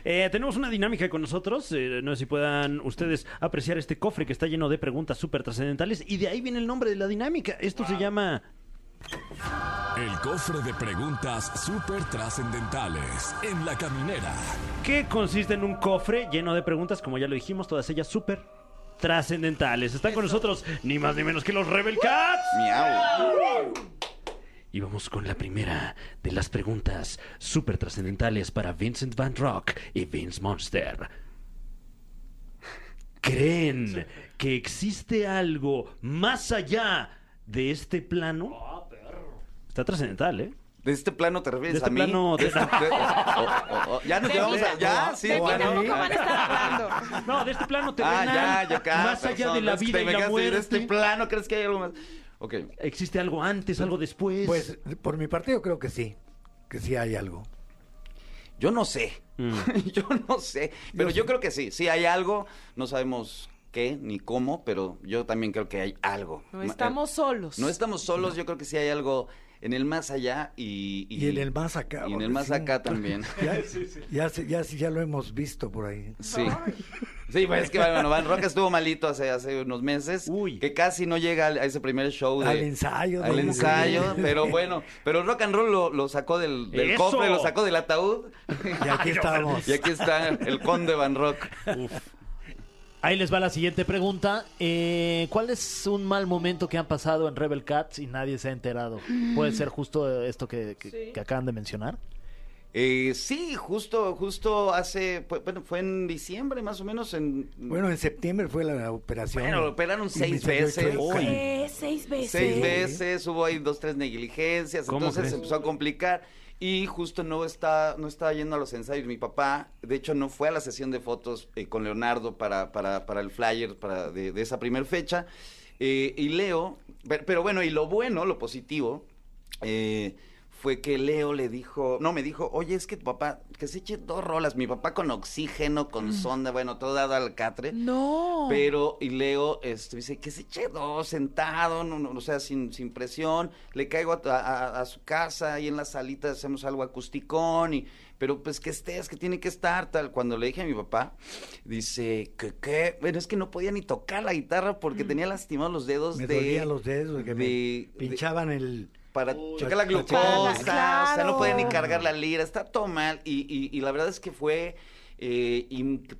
Speaker 4: Eh, tenemos una dinámica con nosotros. eh, no sé si puedan ustedes apreciar este cofre que está lleno de preguntas súper trascendentales. Y de ahí viene el nombre de la dinámica. Esto se llama.
Speaker 1: El cofre de preguntas súper trascendentales en la caminera.
Speaker 4: ¿Qué consiste en un cofre lleno de preguntas? Como ya lo dijimos, todas ellas súper trascendentales. Están con nosotros ni más ni menos que los Rebel Cats.
Speaker 6: Miau.
Speaker 4: Y vamos con la primera de las preguntas súper trascendentales para Vincent Van Rock y Vince Monster. ¿Creen que existe algo más allá de este plano? Está trascendental, ¿eh?
Speaker 6: ¿De este plano te refieres
Speaker 4: De este
Speaker 6: a mí?
Speaker 4: plano te-
Speaker 6: este pla- o- o- o- ya nos
Speaker 3: De
Speaker 6: llevamos a...
Speaker 3: mí-
Speaker 6: Ya, sí,
Speaker 3: de mí
Speaker 6: bueno.
Speaker 3: tampoco van a estar hablando.
Speaker 4: No, de este plano
Speaker 6: Ah,
Speaker 4: terrenal.
Speaker 6: ya, ya, acá,
Speaker 4: más allá
Speaker 6: persona,
Speaker 4: de la
Speaker 6: es que
Speaker 4: vida
Speaker 6: te
Speaker 4: y
Speaker 6: me
Speaker 4: la
Speaker 6: quedas así,
Speaker 4: muerte.
Speaker 6: De este plano, ¿crees que hay algo más? Ok.
Speaker 4: ¿Existe algo antes, algo después?
Speaker 7: Pues por mi parte yo creo que sí, que sí hay algo.
Speaker 6: Yo no sé.
Speaker 4: Mm.
Speaker 6: yo no sé. Pero yo creo que sí. Sí hay algo. No sabemos qué ni cómo, pero yo también creo que hay algo.
Speaker 3: No
Speaker 6: Ma- eh,
Speaker 3: estamos solos.
Speaker 6: No estamos solos. Yo creo que sí hay algo en el más allá y...
Speaker 7: Y, en el más acá.
Speaker 6: Y en
Speaker 7: porque
Speaker 6: el más
Speaker 7: sí,
Speaker 6: acá también.
Speaker 7: Ya, ya, se- ya, se- ya lo hemos visto por ahí.
Speaker 6: Sí. Sí, pues es que bueno, Van Rock estuvo malito hace, hace unos meses.
Speaker 4: Uy.
Speaker 6: Que casi no llega al- a ese primer show. De,
Speaker 7: Al ensayo,
Speaker 6: Al
Speaker 7: de-
Speaker 6: ensayo. Pero bueno, pero Rock and Roll lo, lo sacó del, del
Speaker 4: ¡Eso!
Speaker 6: cofre, lo sacó del ataúd.
Speaker 7: Y aquí estamos.
Speaker 6: Y aquí está el conde Van Rock.
Speaker 2: Ahí les va la siguiente pregunta. Eh, ¿Cuál es un mal momento que han pasado en Rebel Cats y nadie se ha enterado? ¿Puede ser justo esto que, que-
Speaker 3: Sí.
Speaker 2: que acaban de mencionar?
Speaker 6: Eh, sí, justo, justo hace, fue- bueno, fue en diciembre más o menos. En,
Speaker 7: Bueno, en septiembre fue la operación.
Speaker 6: Bueno, lo operaron
Speaker 7: Y
Speaker 6: seis
Speaker 7: me salió
Speaker 6: veces.
Speaker 7: chueca.
Speaker 6: Uy.
Speaker 3: Eh, seis veces.
Speaker 6: seis veces, hubo ahí dos, tres negligencias,
Speaker 4: ¿Cómo
Speaker 6: entonces
Speaker 4: crees?
Speaker 6: se empezó a complicar y justo no está, no estaba yendo a los ensayos. Mi papá, de hecho, no fue a la sesión de fotos eh, con Leonardo para, para, para el flyer para de, de esa primer fecha. Eh, y Leo, pero, pero bueno, y lo bueno, lo positivo, eh, fue que Leo le dijo, no, me dijo, oye, es que tu papá, que se eche dos rolas, mi papá con oxígeno, con sonda, bueno, todo dado al catre.
Speaker 3: No.
Speaker 6: Pero, y Leo este, dice que se eche dos sentado, no, no, o sea, sin, sin presión. Le caigo a, a- a su casa y en la salita hacemos algo acusticón. Y, pero pues que estés, que tiene que estar tal. Cuando le dije a mi papá, dice que qué. Bueno, es que no podía ni tocar la guitarra porque tenía lastimados los dedos
Speaker 7: Mm. Me
Speaker 6: de.
Speaker 7: dolían los dedos, porque me
Speaker 6: de-
Speaker 7: pinchaban el...
Speaker 6: para checar la
Speaker 7: para
Speaker 6: glucosa,
Speaker 7: checar la-
Speaker 6: o sea,
Speaker 3: claro.
Speaker 6: no puede ni cargar la lira, está todo mal. Y, y- y la verdad es que fue eh,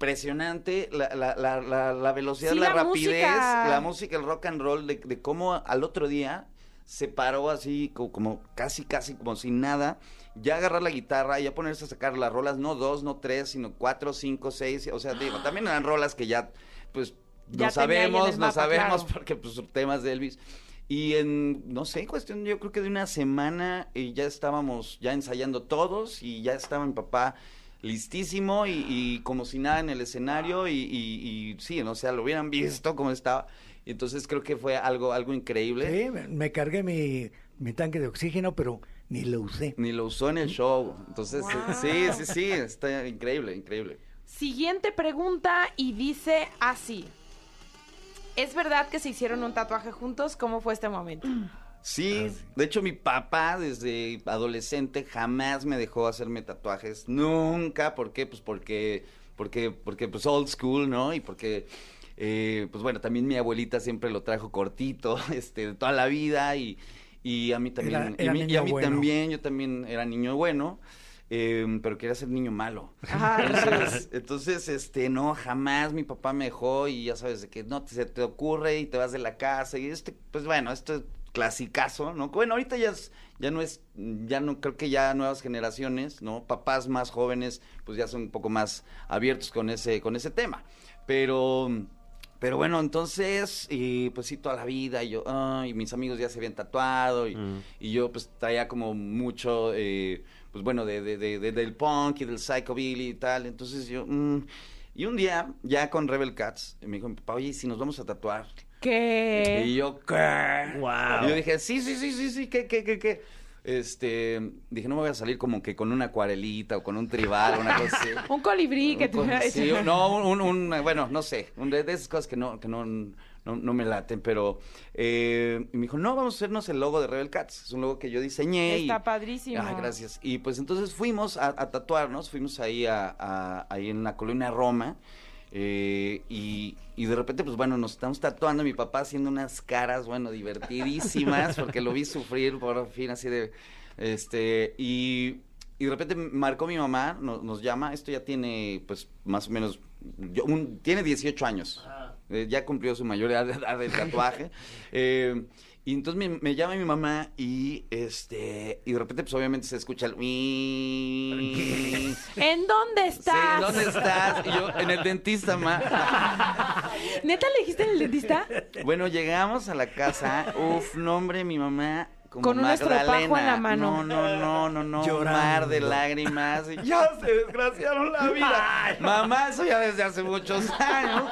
Speaker 6: impresionante la, la- la- la- la velocidad,
Speaker 3: Sí,
Speaker 6: la,
Speaker 3: la
Speaker 6: rapidez,
Speaker 3: música.
Speaker 6: la música, el rock and roll, de, de cómo al otro día se paró así co- como, casi, casi como sin nada, ya agarrar la guitarra, ya ponerse a sacar las rolas, no dos, no tres, sino cuatro, cinco, seis, o sea, digo, también eran rolas que ya, pues, no
Speaker 3: Ya tenía ahí en el
Speaker 6: sabemos, no
Speaker 3: mapa,
Speaker 6: sabemos,
Speaker 3: claro.
Speaker 6: porque pues temas de Elvis. Y en, no sé, cuestión yo creo que de una semana eh, ya estábamos ya ensayando todos y ya estaba mi papá listísimo y, y como si nada en el escenario y, y- y sí, no, o sea, lo hubieran visto como estaba. Entonces creo que fue algo, algo increíble.
Speaker 7: Sí, me- me cargué mi, mi tanque de oxígeno, pero ni lo usé.
Speaker 6: Ni lo usó en el show. Entonces, eh,
Speaker 3: Wow.
Speaker 6: sí, sí, sí, está increíble, increíble.
Speaker 3: Siguiente pregunta y dice así. ¿Es verdad que se hicieron un tatuaje juntos? ¿Cómo fue este momento?
Speaker 6: Sí, de hecho mi papá desde adolescente jamás me dejó hacerme tatuajes, nunca, ¿por qué? Pues porque, porque, porque pues old school, ¿no? Y porque, eh, pues bueno, también mi abuelita siempre lo trajo cortito, este, de toda la vida y, y a mí también, y
Speaker 7: Era- era
Speaker 6: mi- y, a
Speaker 7: niño
Speaker 6: mí
Speaker 7: bueno.
Speaker 6: también, yo también era niño bueno. eh, pero quería ser niño malo.
Speaker 7: Ah,
Speaker 3: Ajá.
Speaker 6: Entonces, entonces, este, no, jamás mi papá me dejó y ya sabes, de que no te, se te ocurre y te vas de la casa y este, pues bueno, esto es clasicazo, ¿no? Bueno, ahorita ya es, ya no es, ya no, creo que ya nuevas generaciones, ¿no? Papás más jóvenes, pues ya son un poco más abiertos con ese, con ese tema. Pero... Pero bueno, entonces, y pues sí, toda la vida, y yo, ah, y mis amigos ya se habían tatuado, y, y yo pues traía como mucho, eh, pues bueno, de, de- de- de- del punk y del psychobilly y tal, entonces yo, mm. y un día, ya con Rebel Cats, me dijo mi papá, oye, ¿y si nos vamos a tatuar. Y
Speaker 3: Que
Speaker 6: yo, ¿qué?
Speaker 4: Wow.
Speaker 6: Y yo dije, sí, sí, sí, sí, sí, ¿qué, qué, qué, qué? Este, dije, no me voy a salir como que con una acuarelita o con un tribal o una cosa así.
Speaker 3: un colibrí que
Speaker 6: Un
Speaker 3: te
Speaker 6: con-
Speaker 3: hubiera
Speaker 6: sí,
Speaker 3: hecho-
Speaker 6: no, un, un- un- bueno, no sé, un de, de esas cosas que no, que no, no, no me laten, pero eh, y me dijo, no, vamos a hacernos el logo de Rebel Cats, es un logo que yo diseñé. y-
Speaker 3: Está padrísimo.
Speaker 6: Ay, gracias. Y pues entonces fuimos a, a tatuarnos, fuimos ahí a, a- ahí en la colonia Roma. eh, y, y de repente, pues bueno, nos estamos tatuando, mi papá haciendo unas caras, bueno, divertidísimas, porque lo vi sufrir por fin, así de, este, y, y de repente marcó mi mamá, no- nos llama, esto ya tiene, pues, más o menos, yo- un- tiene 18 años, eh, ya cumplió su mayoría de edad del tatuaje, eh, y entonces me, me llama mi mamá y, este, y de repente, pues, obviamente se escucha el... "uii".
Speaker 3: ¿En dónde
Speaker 6: Sí,
Speaker 3: estás?
Speaker 6: ¿dónde estás? Y yo, en el dentista, ma.
Speaker 3: ¿Neta le dijiste en el dentista?
Speaker 6: Bueno, llegamos a la casa, uf, nombre, mi mamá... Como
Speaker 3: Con un
Speaker 6: Magdalena.
Speaker 3: estropajo en la mano.
Speaker 6: No, no, no, no, no. Un
Speaker 7: Llorando.
Speaker 6: mar de lágrimas. y ya se desgraciaron la vida. Mamá, eso ya desde hace muchos años.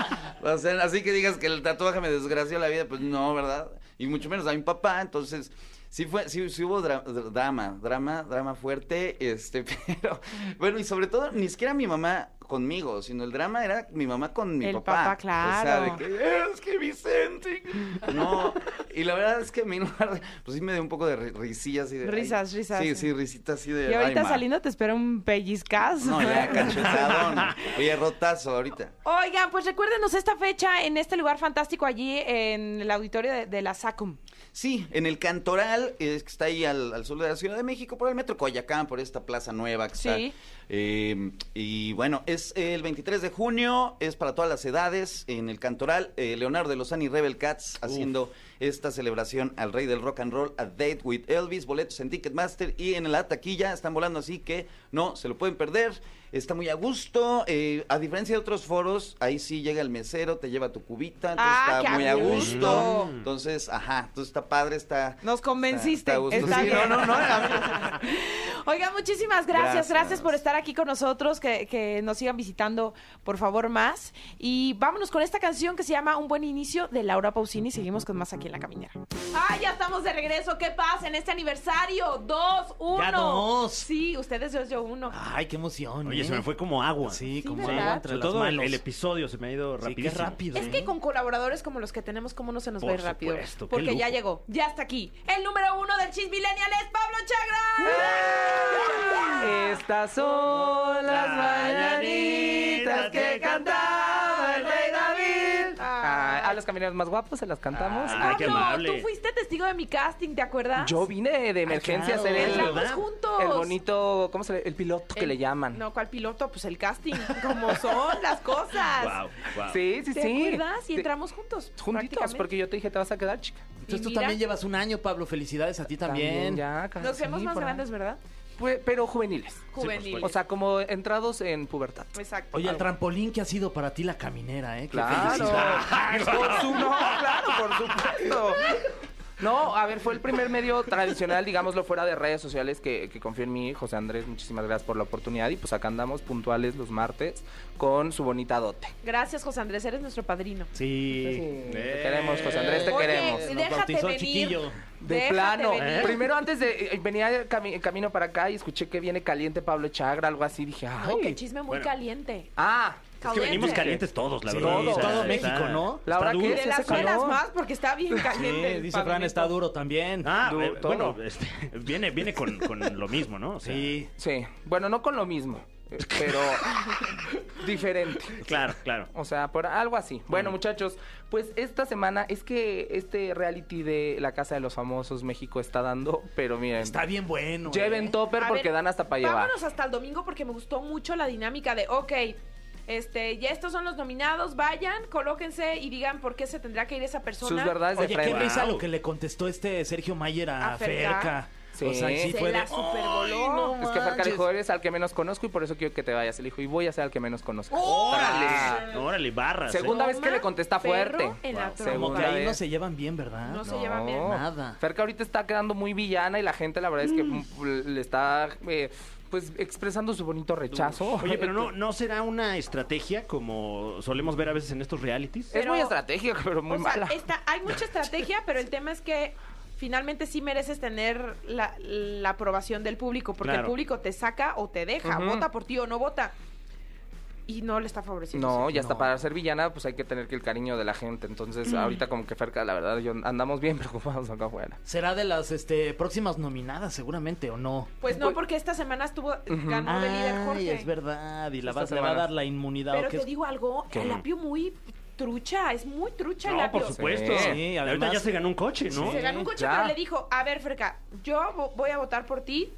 Speaker 6: O sea, así que digas que el tatuaje me desgració la vida, pues no, ¿verdad? Y mucho menos a mi papá, entonces... Sí, fue, sí, sí hubo dra- dra- drama, drama, drama fuerte, este, pero, bueno, y sobre todo, ni siquiera mi mamá conmigo, sino el drama era mi mamá con mi
Speaker 3: El
Speaker 6: papá.
Speaker 3: papá, claro.
Speaker 6: O sea, de que, es que Vicente, no, y la verdad es que a mí, no- pues sí me dio un poco de ri- risilla así de... ay,
Speaker 3: Risas, risas,
Speaker 6: Sí,
Speaker 3: sí.
Speaker 6: sí, risita así de...
Speaker 3: Y ahorita
Speaker 6: ay, ma.
Speaker 3: saliendo te espera un pellizcazo.
Speaker 6: No, ya, cachetadón. Oye, rotazo ahorita.
Speaker 3: Oigan, pues recuérdenos esta fecha en este lugar fantástico allí en el auditorio de, de la SACUM.
Speaker 6: Sí, en el Cantoral, eh, que está ahí al, al sur de la Ciudad de México, por el Metro Coyacán, por esta plaza nueva que está.
Speaker 3: Sí.
Speaker 6: Eh, y bueno, es el 23 de junio, es para todas las edades, en el Cantoral, eh, Leonardo de Lozani Rebel Cats haciendo esta celebración al rey del rock and roll, A Date with Elvis, boletos en Ticketmaster y en la taquilla, están volando así que no se lo pueden perder, está muy a gusto, eh, a diferencia de otros foros, ahí sí llega el mesero, te lleva tu cubita, entonces
Speaker 3: Ah, qué
Speaker 6: está
Speaker 3: a
Speaker 6: muy a
Speaker 3: gusto.
Speaker 6: gusto. Entonces, ajá, entonces está padre, está.
Speaker 3: Nos convenciste.
Speaker 6: Está, a gusto.
Speaker 3: Está
Speaker 6: Sí,
Speaker 3: bien.
Speaker 6: No, no, no. a mí-
Speaker 3: Oigan, muchísimas gracias. gracias.
Speaker 6: Gracias.
Speaker 3: por estar aquí con nosotros. Que, que nos sigan visitando, por favor, más. Y vámonos con esta canción que se llama Un buen inicio de Laura Pausini. Seguimos con más aquí en la caminera. ¡Ah, ya estamos de regreso! ¿Qué pasa en este aniversario? ¡Dos, uno!
Speaker 2: Ya dos.
Speaker 3: Sí, ustedes dos, yo uno.
Speaker 4: Ah,
Speaker 2: Ay, qué emoción.
Speaker 4: Oye,
Speaker 2: ¿eh?
Speaker 4: se me fue como agua.
Speaker 2: Sí,
Speaker 3: Sí,
Speaker 2: como
Speaker 3: ¿verdad?
Speaker 2: agua entre
Speaker 4: Sobre
Speaker 2: las
Speaker 4: todo el,
Speaker 2: manos.
Speaker 4: el episodio se me ha ido
Speaker 2: Sí, qué
Speaker 4: rapidísimo.
Speaker 2: rápido.
Speaker 3: Es que con colaboradores como los que tenemos, ¿cómo no se nos va a ir
Speaker 4: Por
Speaker 3: rápido?
Speaker 4: supuesto, qué
Speaker 3: Porque ya
Speaker 4: lujo.
Speaker 3: llegó, ya está aquí. El número uno del Cheese Millennial es Pablo Chagra.
Speaker 8: Estas son las mañanitas que cantaba el rey
Speaker 3: Ay.
Speaker 8: David. Ah, a los camineros más guapos se las cantamos.
Speaker 3: Ah.
Speaker 4: Ay, Ah, qué
Speaker 3: Pablo,
Speaker 4: amable.
Speaker 3: tú fuiste testigo de mi casting, ¿te acuerdas?
Speaker 8: Yo vine de emergencia a hacer
Speaker 2: claro.
Speaker 8: el,
Speaker 3: Entramos juntos.
Speaker 8: el bonito, ¿cómo se le, El piloto que
Speaker 3: El-
Speaker 8: le llaman.
Speaker 3: No, ¿cuál piloto? Pues el casting, como son las cosas.
Speaker 4: Wow, wow.
Speaker 8: Sí, sí,
Speaker 3: ¿Te
Speaker 8: sí.
Speaker 3: acuerdas? Y
Speaker 8: Te-
Speaker 3: entramos juntos.
Speaker 8: Juntitos,
Speaker 3: prácticamente.
Speaker 8: porque yo te dije, te vas a quedar, chica.
Speaker 3: Y
Speaker 2: Entonces tú
Speaker 3: mira,
Speaker 2: también llevas un año, Pablo. Felicidades a ti también.
Speaker 8: ya,
Speaker 3: Nos
Speaker 8: sí,
Speaker 3: vemos más
Speaker 8: por ahí.
Speaker 3: grandes, ¿verdad?
Speaker 8: Pues, pero juveniles.
Speaker 3: Juveniles.
Speaker 8: O sea, como entrados en pubertad.
Speaker 3: Exacto.
Speaker 2: Oye, el trampolín que ha sido para ti la caminera, ¿eh? Qué
Speaker 8: Claro.
Speaker 2: felicidad.
Speaker 8: Por su- no, claro, por supuesto. No, a ver, fue el primer medio tradicional, digámoslo, fuera de redes sociales que, que confió en mí, José Andrés. Muchísimas gracias por la oportunidad. Y pues acá andamos puntuales los martes con su bonita dote.
Speaker 3: Gracias, José Andrés, eres nuestro padrino.
Speaker 2: Sí.
Speaker 8: Te
Speaker 4: Eh.
Speaker 8: queremos, José Andrés, te
Speaker 3: Oye,
Speaker 8: queremos.
Speaker 3: Déjate
Speaker 2: Nos bautizó
Speaker 3: venir.
Speaker 2: chiquillo.
Speaker 8: De
Speaker 3: déjate
Speaker 8: plano.
Speaker 3: venir.
Speaker 8: Primero, antes de. eh, Venía cami- camino para acá y escuché que viene caliente Pablo Chagra, algo así. Dije, ay.
Speaker 3: No, que chisme muy
Speaker 4: Bueno.
Speaker 3: caliente.
Speaker 8: Ah,
Speaker 4: Es que venimos calientes todos, la
Speaker 2: Sí,
Speaker 4: verdad.
Speaker 2: todo,
Speaker 4: O sea,
Speaker 2: todo
Speaker 4: está-
Speaker 2: México, ¿no?
Speaker 8: La
Speaker 2: Está
Speaker 8: hora que
Speaker 2: duro.
Speaker 3: De
Speaker 8: Sí,
Speaker 3: las
Speaker 8: hace calor.
Speaker 3: suelas más, porque está bien
Speaker 2: Sí,
Speaker 3: caliente. el
Speaker 2: dice Fran,
Speaker 3: pavimento.
Speaker 2: está duro también.
Speaker 4: Ah,
Speaker 8: Du-
Speaker 4: eh,
Speaker 8: todo.
Speaker 4: bueno, este, viene, viene con, con lo mismo, ¿no? O sea,
Speaker 2: Sí.
Speaker 8: sí. Bueno, no con lo mismo. eh, pero diferente.
Speaker 4: Claro, claro.
Speaker 8: O sea, por algo así. Bueno, muchachos, pues esta semana es que este reality de la Casa de los Famosos México está dando, pero miren,
Speaker 2: Está bien bueno.
Speaker 8: lleven
Speaker 2: eh.
Speaker 8: topper
Speaker 3: A
Speaker 8: porque
Speaker 3: ver,
Speaker 8: dan hasta para llevar.
Speaker 3: Vámonos hasta el domingo porque me gustó mucho la dinámica de, ok, este, ya estos son los nominados, vayan, colóquense y digan por qué se tendrá que ir esa persona.
Speaker 8: Sus verdades
Speaker 2: Oye,
Speaker 8: de
Speaker 2: qué
Speaker 8: frente.
Speaker 2: risa lo que le contestó este Sergio Mayer a,
Speaker 3: A Ferca.
Speaker 2: Ferca.
Speaker 8: Sí.
Speaker 2: O sea, sí
Speaker 3: Se
Speaker 2: fue de-
Speaker 3: la supervoló.
Speaker 2: ¡Ay, no
Speaker 8: Es que Ferca le dijo,
Speaker 2: manches!
Speaker 8: eres al que menos conozco y por eso quiero que te vayas. Le dijo, y voy a ser al que menos conozco.
Speaker 3: Oh,
Speaker 4: ¡Órale! ¡Órale, barras! eh.
Speaker 8: Segunda vez que le contesta
Speaker 3: Toma
Speaker 8: fuerte.
Speaker 3: perro en la
Speaker 8: Wow.
Speaker 3: trompa.
Speaker 2: Como que
Speaker 8: Segunda
Speaker 2: ahí no
Speaker 8: vez.
Speaker 2: se llevan bien, ¿verdad?
Speaker 3: No se llevan bien.
Speaker 2: Nada.
Speaker 8: Ferca ahorita está quedando muy villana y la gente la verdad es que mm, le está eh, pues expresando su bonito rechazo.
Speaker 4: eh. Oye, pero no, ¿no será una estrategia como solemos ver a veces en estos realities?
Speaker 8: Es
Speaker 3: Pero-
Speaker 8: muy estratégica, pero muy
Speaker 3: o sea,
Speaker 8: mala.
Speaker 3: está- hay mucha estrategia, pero el tema es que finalmente sí mereces tener la, la aprobación del público, porque
Speaker 4: Claro.
Speaker 3: el público te saca o te deja,
Speaker 8: Ujú.
Speaker 3: vota por ti o no vota. Y no Mm. le está favoreciendo.
Speaker 8: No, ya
Speaker 2: No.
Speaker 8: hasta para ser villana, pues hay que tener que el cariño de la gente. Entonces, ahorita como que Ferca, la verdad, yo andamos bien preocupados acá afuera.
Speaker 2: Será de las este, próximas nominadas, seguramente, ¿o no?
Speaker 3: Pues no, porque esta semana estuvo ganó de líder
Speaker 2: Ay,
Speaker 3: Jorge.
Speaker 2: es verdad. Y la
Speaker 8: Esta
Speaker 2: vas, le va a
Speaker 8: semana.
Speaker 2: dar la inmunidad.
Speaker 3: Pero
Speaker 2: ¿o qué
Speaker 3: te
Speaker 2: es?
Speaker 3: digo algo,
Speaker 8: ¿Qué?
Speaker 3: el apio muy trucha, es muy trucha el
Speaker 4: No,
Speaker 3: apio.
Speaker 4: por supuesto.
Speaker 8: Sí,
Speaker 2: sí,
Speaker 4: Ahorita
Speaker 2: además-
Speaker 4: ya se ganó un coche, ¿no?
Speaker 3: Se ganó un coche,
Speaker 8: ya.
Speaker 3: pero le dijo, a ver, Freca, yo vo- voy a votar por ti.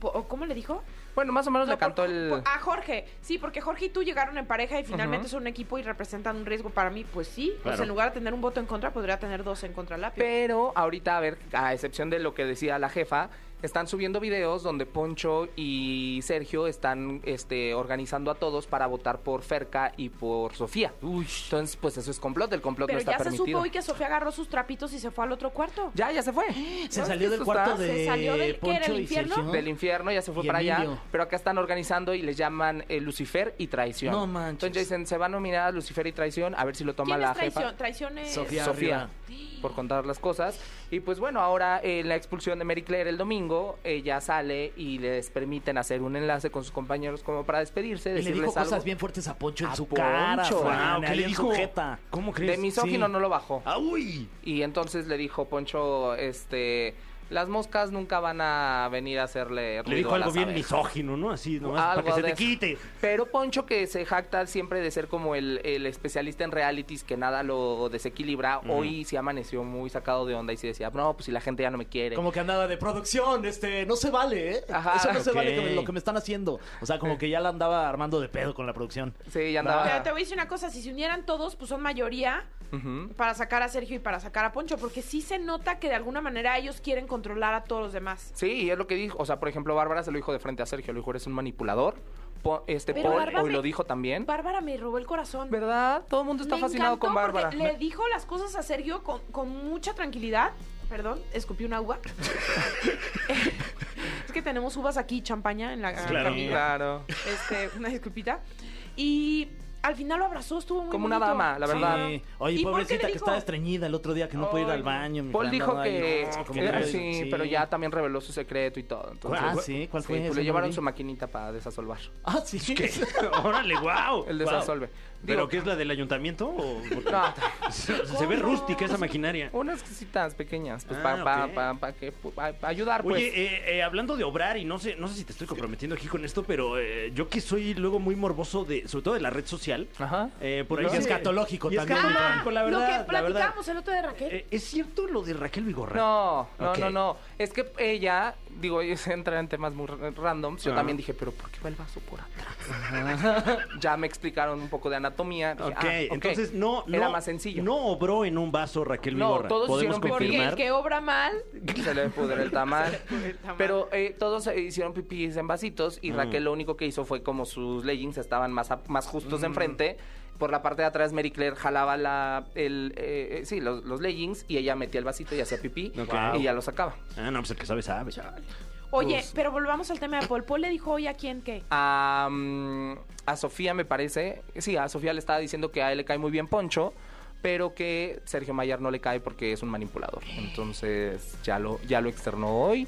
Speaker 3: Po- ¿o ¿Cómo le dijo?
Speaker 8: Bueno, más o menos
Speaker 3: No, pues, ah,
Speaker 8: le cantó
Speaker 3: por-
Speaker 8: el...
Speaker 3: por- a Jorge, sí, porque Jorge y tú llegaron en pareja y finalmente
Speaker 8: Ujú.
Speaker 3: son un equipo y representan un riesgo para mí. Pues sí, pues
Speaker 4: Claro.
Speaker 3: en lugar de tener un voto en contra, podría tener dos en contra del apio.
Speaker 8: Pero ahorita, a ver, a excepción de lo que decía la jefa, están subiendo videos donde Poncho y Sergio están este, organizando a todos para votar por Ferca y por Sofía. Entonces, pues eso es complot, el complot
Speaker 3: Pero
Speaker 8: no está
Speaker 3: ya se
Speaker 8: permitido.
Speaker 3: supo hoy que Sofía agarró sus trapitos y se fue al otro cuarto.
Speaker 8: Ya, ya se fue.
Speaker 2: Se
Speaker 8: No,
Speaker 2: salió
Speaker 8: es que
Speaker 2: del
Speaker 8: eso
Speaker 2: cuarto
Speaker 8: está-
Speaker 2: de
Speaker 3: se salió del- ¿qué
Speaker 2: Poncho
Speaker 3: era, el
Speaker 2: y
Speaker 3: infierno?
Speaker 2: Sergio.
Speaker 8: Del infierno, ya se fue
Speaker 2: Y
Speaker 8: para allá.
Speaker 2: Emilio.
Speaker 8: Pero acá están organizando y les llaman eh, Lucifer y Traición.
Speaker 2: No manches.
Speaker 8: Entonces ya dicen, se va a nominar a Lucifer y Traición, a ver si lo toma
Speaker 3: ¿Quién
Speaker 8: la
Speaker 3: es traición?
Speaker 8: jefa.
Speaker 3: Traición es...
Speaker 2: Sofía.
Speaker 8: Sofía,
Speaker 2: Arriba.
Speaker 8: por contar las cosas. Y pues bueno, ahora en la expulsión de Mary Claire el domingo, ella sale y les permiten hacer un enlace con sus compañeros como para despedirse,
Speaker 2: Y le
Speaker 8: decirles
Speaker 2: dijo
Speaker 8: algo.
Speaker 2: cosas bien fuertes a Poncho en
Speaker 8: A
Speaker 2: su cara.
Speaker 8: Poncho.
Speaker 2: Fran,
Speaker 4: Wow, ¿qué
Speaker 2: ahí
Speaker 4: le
Speaker 2: en su
Speaker 4: dijo?
Speaker 2: jeta.
Speaker 4: ¿Cómo
Speaker 8: De
Speaker 4: crees?
Speaker 8: misógino
Speaker 2: Sí.
Speaker 8: no lo bajó.
Speaker 4: ¡Ah, uy!
Speaker 8: Y entonces le dijo Poncho, este, las moscas nunca van a venir a hacerle ruido
Speaker 4: Le dijo
Speaker 8: a la
Speaker 4: algo bien
Speaker 8: abejas".
Speaker 4: misógino, ¿no? Así, nomás,
Speaker 8: Algo
Speaker 4: para que se
Speaker 8: de
Speaker 4: te
Speaker 8: eso.
Speaker 4: quite.
Speaker 8: Pero Poncho, que se jacta siempre de ser como el, el especialista en realities que nada lo desequilibra, hoy se amaneció muy sacado de onda y se decía, no, pues si la gente ya no me quiere.
Speaker 2: Como que andaba de producción, este, no se vale, ¿eh?
Speaker 8: Ajá,
Speaker 2: Eso no se
Speaker 4: ok.
Speaker 2: vale que me- lo que me están haciendo. O sea, como que ya la andaba armando de pedo con la producción.
Speaker 8: Sí, ya andaba.
Speaker 3: Pero te voy a decir una cosa, si se unieran todos, pues son mayoría
Speaker 8: Ujú.
Speaker 3: para sacar a Sergio y para sacar a Poncho, porque sí se nota que de alguna manera ellos quieren controlar a todos los demás.
Speaker 8: Sí, y es lo que dijo. O sea, por ejemplo, Bárbara se lo dijo de frente a Sergio. Le dijo, eres un manipulador. Po- este
Speaker 3: Pero
Speaker 8: Paul
Speaker 3: Bárbara
Speaker 8: hoy
Speaker 3: me-
Speaker 8: lo dijo también.
Speaker 3: Bárbara me robó el corazón.
Speaker 8: ¿Verdad? Todo el mundo está
Speaker 3: Me
Speaker 8: fascinado
Speaker 3: encantó
Speaker 8: con
Speaker 3: porque
Speaker 8: Bárbara.
Speaker 3: Le dijo las cosas a Sergio con, con mucha tranquilidad. Perdón, escupí una uva. es que tenemos uvas aquí, champaña en la
Speaker 4: Claro.
Speaker 3: camilla.
Speaker 8: Claro.
Speaker 3: Este, una disculpita. Y al final lo abrazó, estuvo muy
Speaker 8: Como una
Speaker 3: bonito.
Speaker 8: dama, la verdad.
Speaker 2: Sí.
Speaker 3: ¿Y
Speaker 2: Oye,
Speaker 3: por qué le
Speaker 2: pobrecita que
Speaker 3: dijo?
Speaker 2: estaba estreñida el otro día que no pudo ir al baño. mi
Speaker 8: Paul
Speaker 2: Fran,
Speaker 8: dijo
Speaker 2: andaba ahí,
Speaker 8: que.
Speaker 2: no, como
Speaker 8: eh,
Speaker 2: que-
Speaker 8: sí, pero ya también reveló su secreto y todo. Entonces,
Speaker 2: Ah, sí, ¿cuál fue
Speaker 8: Sí, pues
Speaker 2: ese?
Speaker 8: le
Speaker 2: No
Speaker 8: llevaron
Speaker 2: vi.
Speaker 8: su maquinita para desasolvar.
Speaker 2: Ah, sí.
Speaker 4: ¡Órale, wow!
Speaker 8: El desasolve.
Speaker 4: ¿Pero
Speaker 8: Digo-
Speaker 4: qué es la del ayuntamiento? o- porque
Speaker 8: No,
Speaker 4: se, se ve rústica esa maquinaria.
Speaker 8: unas cositas pequeñas, pues
Speaker 4: Ah,
Speaker 8: para
Speaker 4: ok.
Speaker 8: que pu- pa- pa ayudar, pues.
Speaker 4: Oye, eh, eh, hablando de obrar, y no sé, no sé si te estoy comprometiendo aquí con esto, pero eh, yo que soy luego muy morboso de, sobre todo de la red social,
Speaker 8: Ajá.
Speaker 4: eh, por ahí
Speaker 2: Y
Speaker 4: se-
Speaker 2: escatológico
Speaker 4: y
Speaker 2: también,
Speaker 4: escatológico, la verdad,
Speaker 3: lo que
Speaker 4: la verdad.
Speaker 3: platicamos el otro de Raquel.
Speaker 4: Eh, ¿Es cierto lo de Raquel Vigorra?
Speaker 8: No, no,
Speaker 4: Ok.
Speaker 8: no, no. Es que ella, digo, ella se entra en temas muy ra- randoms. Yo
Speaker 4: Ah.
Speaker 8: también dije, pero ¿por qué va el vaso por atrás? ya me explicaron un poco de anatomía. Dije,
Speaker 4: Ok,
Speaker 8: ah, ok.
Speaker 4: entonces no, no.
Speaker 8: Era más sencillo.
Speaker 4: No obró en un vaso Raquel
Speaker 8: No,
Speaker 4: Vigorra.
Speaker 8: todos
Speaker 4: Podemos
Speaker 8: hicieron pipí.
Speaker 3: porque
Speaker 4: confirmar.
Speaker 3: el que obra mal.
Speaker 8: Se le pudre el tamal.
Speaker 3: el tamal.
Speaker 8: Pero eh, todos eh, hicieron pipí en vasitos y Raquel lo único que hizo fue como sus leggings estaban más, a- más justos enfrente. Por la parte de atrás, Mary Claire jalaba la, el, eh, eh, sí, los, los leggings y ella metía el vasito y hacía pipí
Speaker 4: Ok.
Speaker 8: y ya lo sacaba.
Speaker 4: Ah, no, pues el que sabe, sabe.
Speaker 3: Oye,
Speaker 8: Pues-
Speaker 3: pero volvamos al tema de Paul. Paul le dijo hoy a quién qué.
Speaker 8: a, mm, a Sofía, me parece. Sí, a Sofía le estaba diciendo que a él le cae muy bien Poncho, pero que Sergio Mayer no le cae porque es un manipulador. Entonces ya lo, ya lo externó hoy.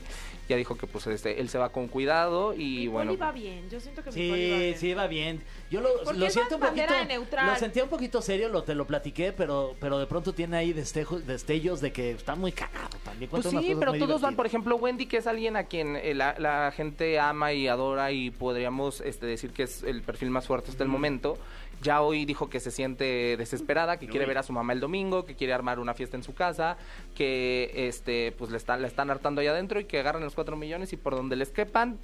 Speaker 8: Ya dijo que pues este, él se va con cuidado y,
Speaker 3: Mi
Speaker 8: bueno.
Speaker 3: Paul iba bien. Yo siento que mi Paul iba
Speaker 2: Sí,
Speaker 3: bien.
Speaker 2: sí, va bien. Yo lo,
Speaker 3: Porque
Speaker 2: lo
Speaker 3: es
Speaker 2: siento un
Speaker 3: más
Speaker 2: poquito.
Speaker 3: bandera de neutral.
Speaker 2: Lo sentía un poquito serio, lo, te lo platiqué, pero, pero de pronto tiene ahí destejo- destellos de que está muy cagado le
Speaker 8: Pues
Speaker 2: cuento unas
Speaker 8: sí,
Speaker 2: cosas
Speaker 8: pero
Speaker 2: muy
Speaker 8: todos van,
Speaker 2: divertidas.
Speaker 8: por ejemplo, Wendy, que es alguien a quien eh, la, la gente ama y adora y podríamos este, decir que es el perfil más fuerte hasta el momento. Ya hoy dijo que se siente desesperada, que quiere ver a su mamá el domingo, que quiere armar una fiesta en su casa, que este, pues le están, la están hartando allá adentro y que agarran los cuatro millones y por donde les quepan.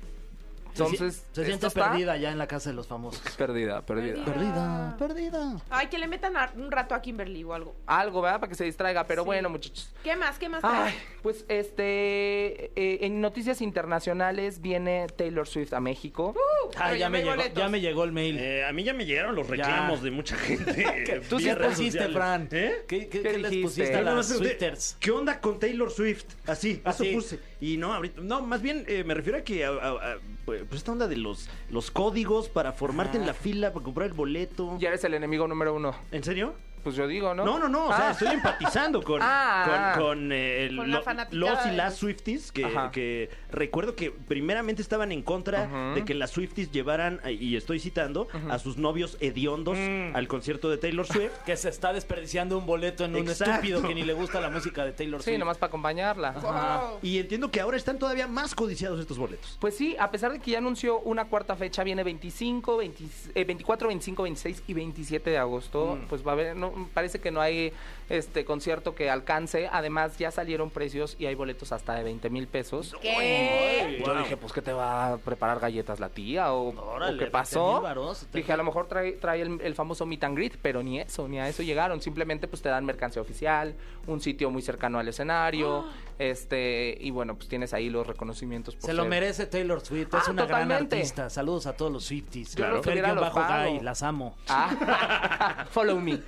Speaker 9: Se si-
Speaker 8: Entonces,
Speaker 9: se siente
Speaker 8: esto está-
Speaker 9: perdida ya en la casa de los famosos.
Speaker 8: Perdida, perdida.
Speaker 9: Perdida, perdida.
Speaker 3: Ay, que le metan a- un rato a Kimberly o algo.
Speaker 8: Algo, ¿verdad? Para que se distraiga, pero
Speaker 3: Sí.
Speaker 8: bueno, muchachos.
Speaker 3: ¿Qué más? ¿Qué más?
Speaker 8: Ay,
Speaker 3: traes?
Speaker 8: pues este, eh, en noticias internacionales viene Taylor Swift a México.
Speaker 9: Ah,
Speaker 3: Uh, Pero
Speaker 9: ya,
Speaker 3: ya no
Speaker 9: me
Speaker 3: hay
Speaker 9: llegó,
Speaker 3: boletos.
Speaker 9: ya me llegó el mail.
Speaker 4: Eh, a mí ya me llegaron los reclamos
Speaker 9: Ya.
Speaker 4: de mucha gente.
Speaker 9: Tú sí
Speaker 4: vía redes
Speaker 9: pusiste,
Speaker 4: sociales.
Speaker 9: Fran.
Speaker 4: ¿Eh?
Speaker 9: ¿Qué, qué,
Speaker 8: ¿Qué
Speaker 9: qué les
Speaker 8: dijiste?
Speaker 9: pusiste a
Speaker 4: Nada
Speaker 9: las
Speaker 4: más pregunté,
Speaker 9: Swifters?
Speaker 4: ¿Qué onda con Taylor Swift? Así,
Speaker 9: Así.
Speaker 4: eso puse. Y no, ahorita, no, más bien eh, me refiero a que a- a- a, pues esta onda de los, los códigos para formarte en la fila para comprar el boleto.
Speaker 8: Ya eres el enemigo número uno.
Speaker 4: ¿En serio?
Speaker 8: Pues yo digo, ¿no?
Speaker 4: No, no, no, o sea,
Speaker 8: Ah.
Speaker 4: estoy empatizando con,
Speaker 8: Ah.
Speaker 4: con, con, eh, el-
Speaker 3: Con la
Speaker 4: lo-
Speaker 3: fanaticada
Speaker 4: los y
Speaker 3: de-
Speaker 4: las Swifties, que,
Speaker 8: Ajá.
Speaker 4: que recuerdo que primeramente estaban en contra
Speaker 8: Ujú.
Speaker 4: de que las Swifties llevaran, eh, y estoy citando, a sus novios hediondos
Speaker 8: Mm.
Speaker 4: al concierto de Taylor Swift.
Speaker 9: Que se está desperdiciando un boleto en un
Speaker 4: Exacto.
Speaker 9: estúpido que ni le gusta la música de Taylor Swift.
Speaker 8: Sí, nomás para acompañarla. Oh.
Speaker 3: Wow.
Speaker 4: Y entiendo que ahora están todavía más codiciados estos boletos.
Speaker 8: Pues sí, a pesar de que ya anunció una cuarta fecha, viene 25, 20 eh, 24, 25, 26 y 27 de agosto. Pues va a haber, no, parece que no hay este concierto que alcance. Además, ya salieron precios y hay boletos hasta de 20 mil pesos.
Speaker 3: ¿Qué?
Speaker 8: Yo dije, pues, ¿qué te va a preparar galletas la tía? ¿O,
Speaker 9: Órale,
Speaker 8: o qué
Speaker 9: 20,000
Speaker 8: pasó?
Speaker 9: varos, te-
Speaker 8: Dije, a lo mejor trae, trae el, el famoso meet and greet, pero ni eso, ni a eso llegaron. Simplemente, pues, te dan mercancía oficial, un sitio muy cercano al escenario, este, y bueno, pues, tienes ahí los reconocimientos. por
Speaker 9: Se lo
Speaker 8: ser-
Speaker 9: merece Taylor Swift, es
Speaker 8: Ah,
Speaker 9: una gran
Speaker 8: totalmente.
Speaker 9: artista. Saludos a todos los Swifties.
Speaker 8: Yo los hubiera los
Speaker 9: bajo
Speaker 8: pago.
Speaker 9: Guy, las amo.
Speaker 8: Ah, follow me.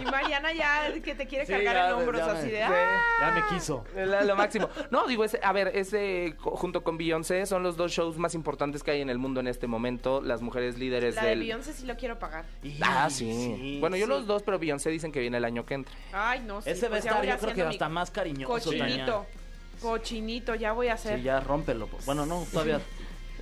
Speaker 3: Y Mariana ya que te quiere
Speaker 9: Sí,
Speaker 3: cargar
Speaker 9: ya
Speaker 3: en
Speaker 9: me-
Speaker 3: hombros
Speaker 9: ya me-
Speaker 3: así de...
Speaker 9: sí.
Speaker 3: ¡ah!
Speaker 9: Ya me quiso.
Speaker 8: Lo, lo máximo. No, digo, es, a ver, ese junto con Beyoncé son los dos shows más importantes que hay en el mundo en este momento. Las mujeres líderes
Speaker 3: La de
Speaker 8: del.
Speaker 3: Beyoncé sí lo quiero pagar.
Speaker 8: Ah,
Speaker 9: Y-
Speaker 8: sí. bueno, yo los dos, pero Beyoncé dicen que viene el año que entra.
Speaker 3: Ay, no, sí.
Speaker 9: Ese va a
Speaker 3: pues ya
Speaker 9: estar,
Speaker 3: voy
Speaker 9: yo creo que
Speaker 3: haciendo mi
Speaker 9: hasta más cariñoso.
Speaker 3: Cochinito.
Speaker 9: Tania.
Speaker 3: Cochinito, ya voy a hacer.
Speaker 9: Sí, ya rómpelo. pues. Bueno, no, todavía.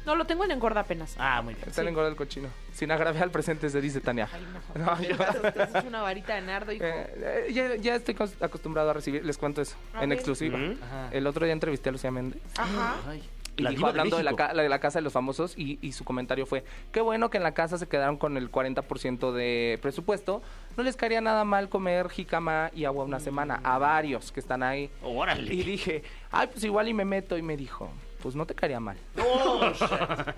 Speaker 3: No, lo tengo en engorda apenas.
Speaker 9: Ah, muy bien.
Speaker 8: Está en engorda el cochino. Sin agraviar al presente, se dice Tania.
Speaker 3: Ay, no.
Speaker 8: No, yo-
Speaker 3: Te has hecho una varita de nardo, hijo.
Speaker 8: Eh, eh, ya, ya estoy cos- acostumbrado a recibir, les cuento eso,
Speaker 3: A
Speaker 8: en
Speaker 3: ver.
Speaker 8: exclusiva.
Speaker 4: Ujú.
Speaker 9: Ajá.
Speaker 8: El otro día entrevisté a Lucía Méndez.
Speaker 3: Ajá.
Speaker 9: Ay.
Speaker 8: Y
Speaker 4: La
Speaker 8: dijo,
Speaker 4: diva de
Speaker 8: hablando de, la,
Speaker 4: México.
Speaker 8: ca- la- la casa de los famosos y, y su comentario fue, qué bueno que en la casa se quedaron con el 40% de presupuesto, no les caería nada mal comer jicama y agua una semana a varios que están ahí.
Speaker 4: Órale.
Speaker 8: Y dije, ay, pues igual y me meto y me dijo, pues no te caería mal.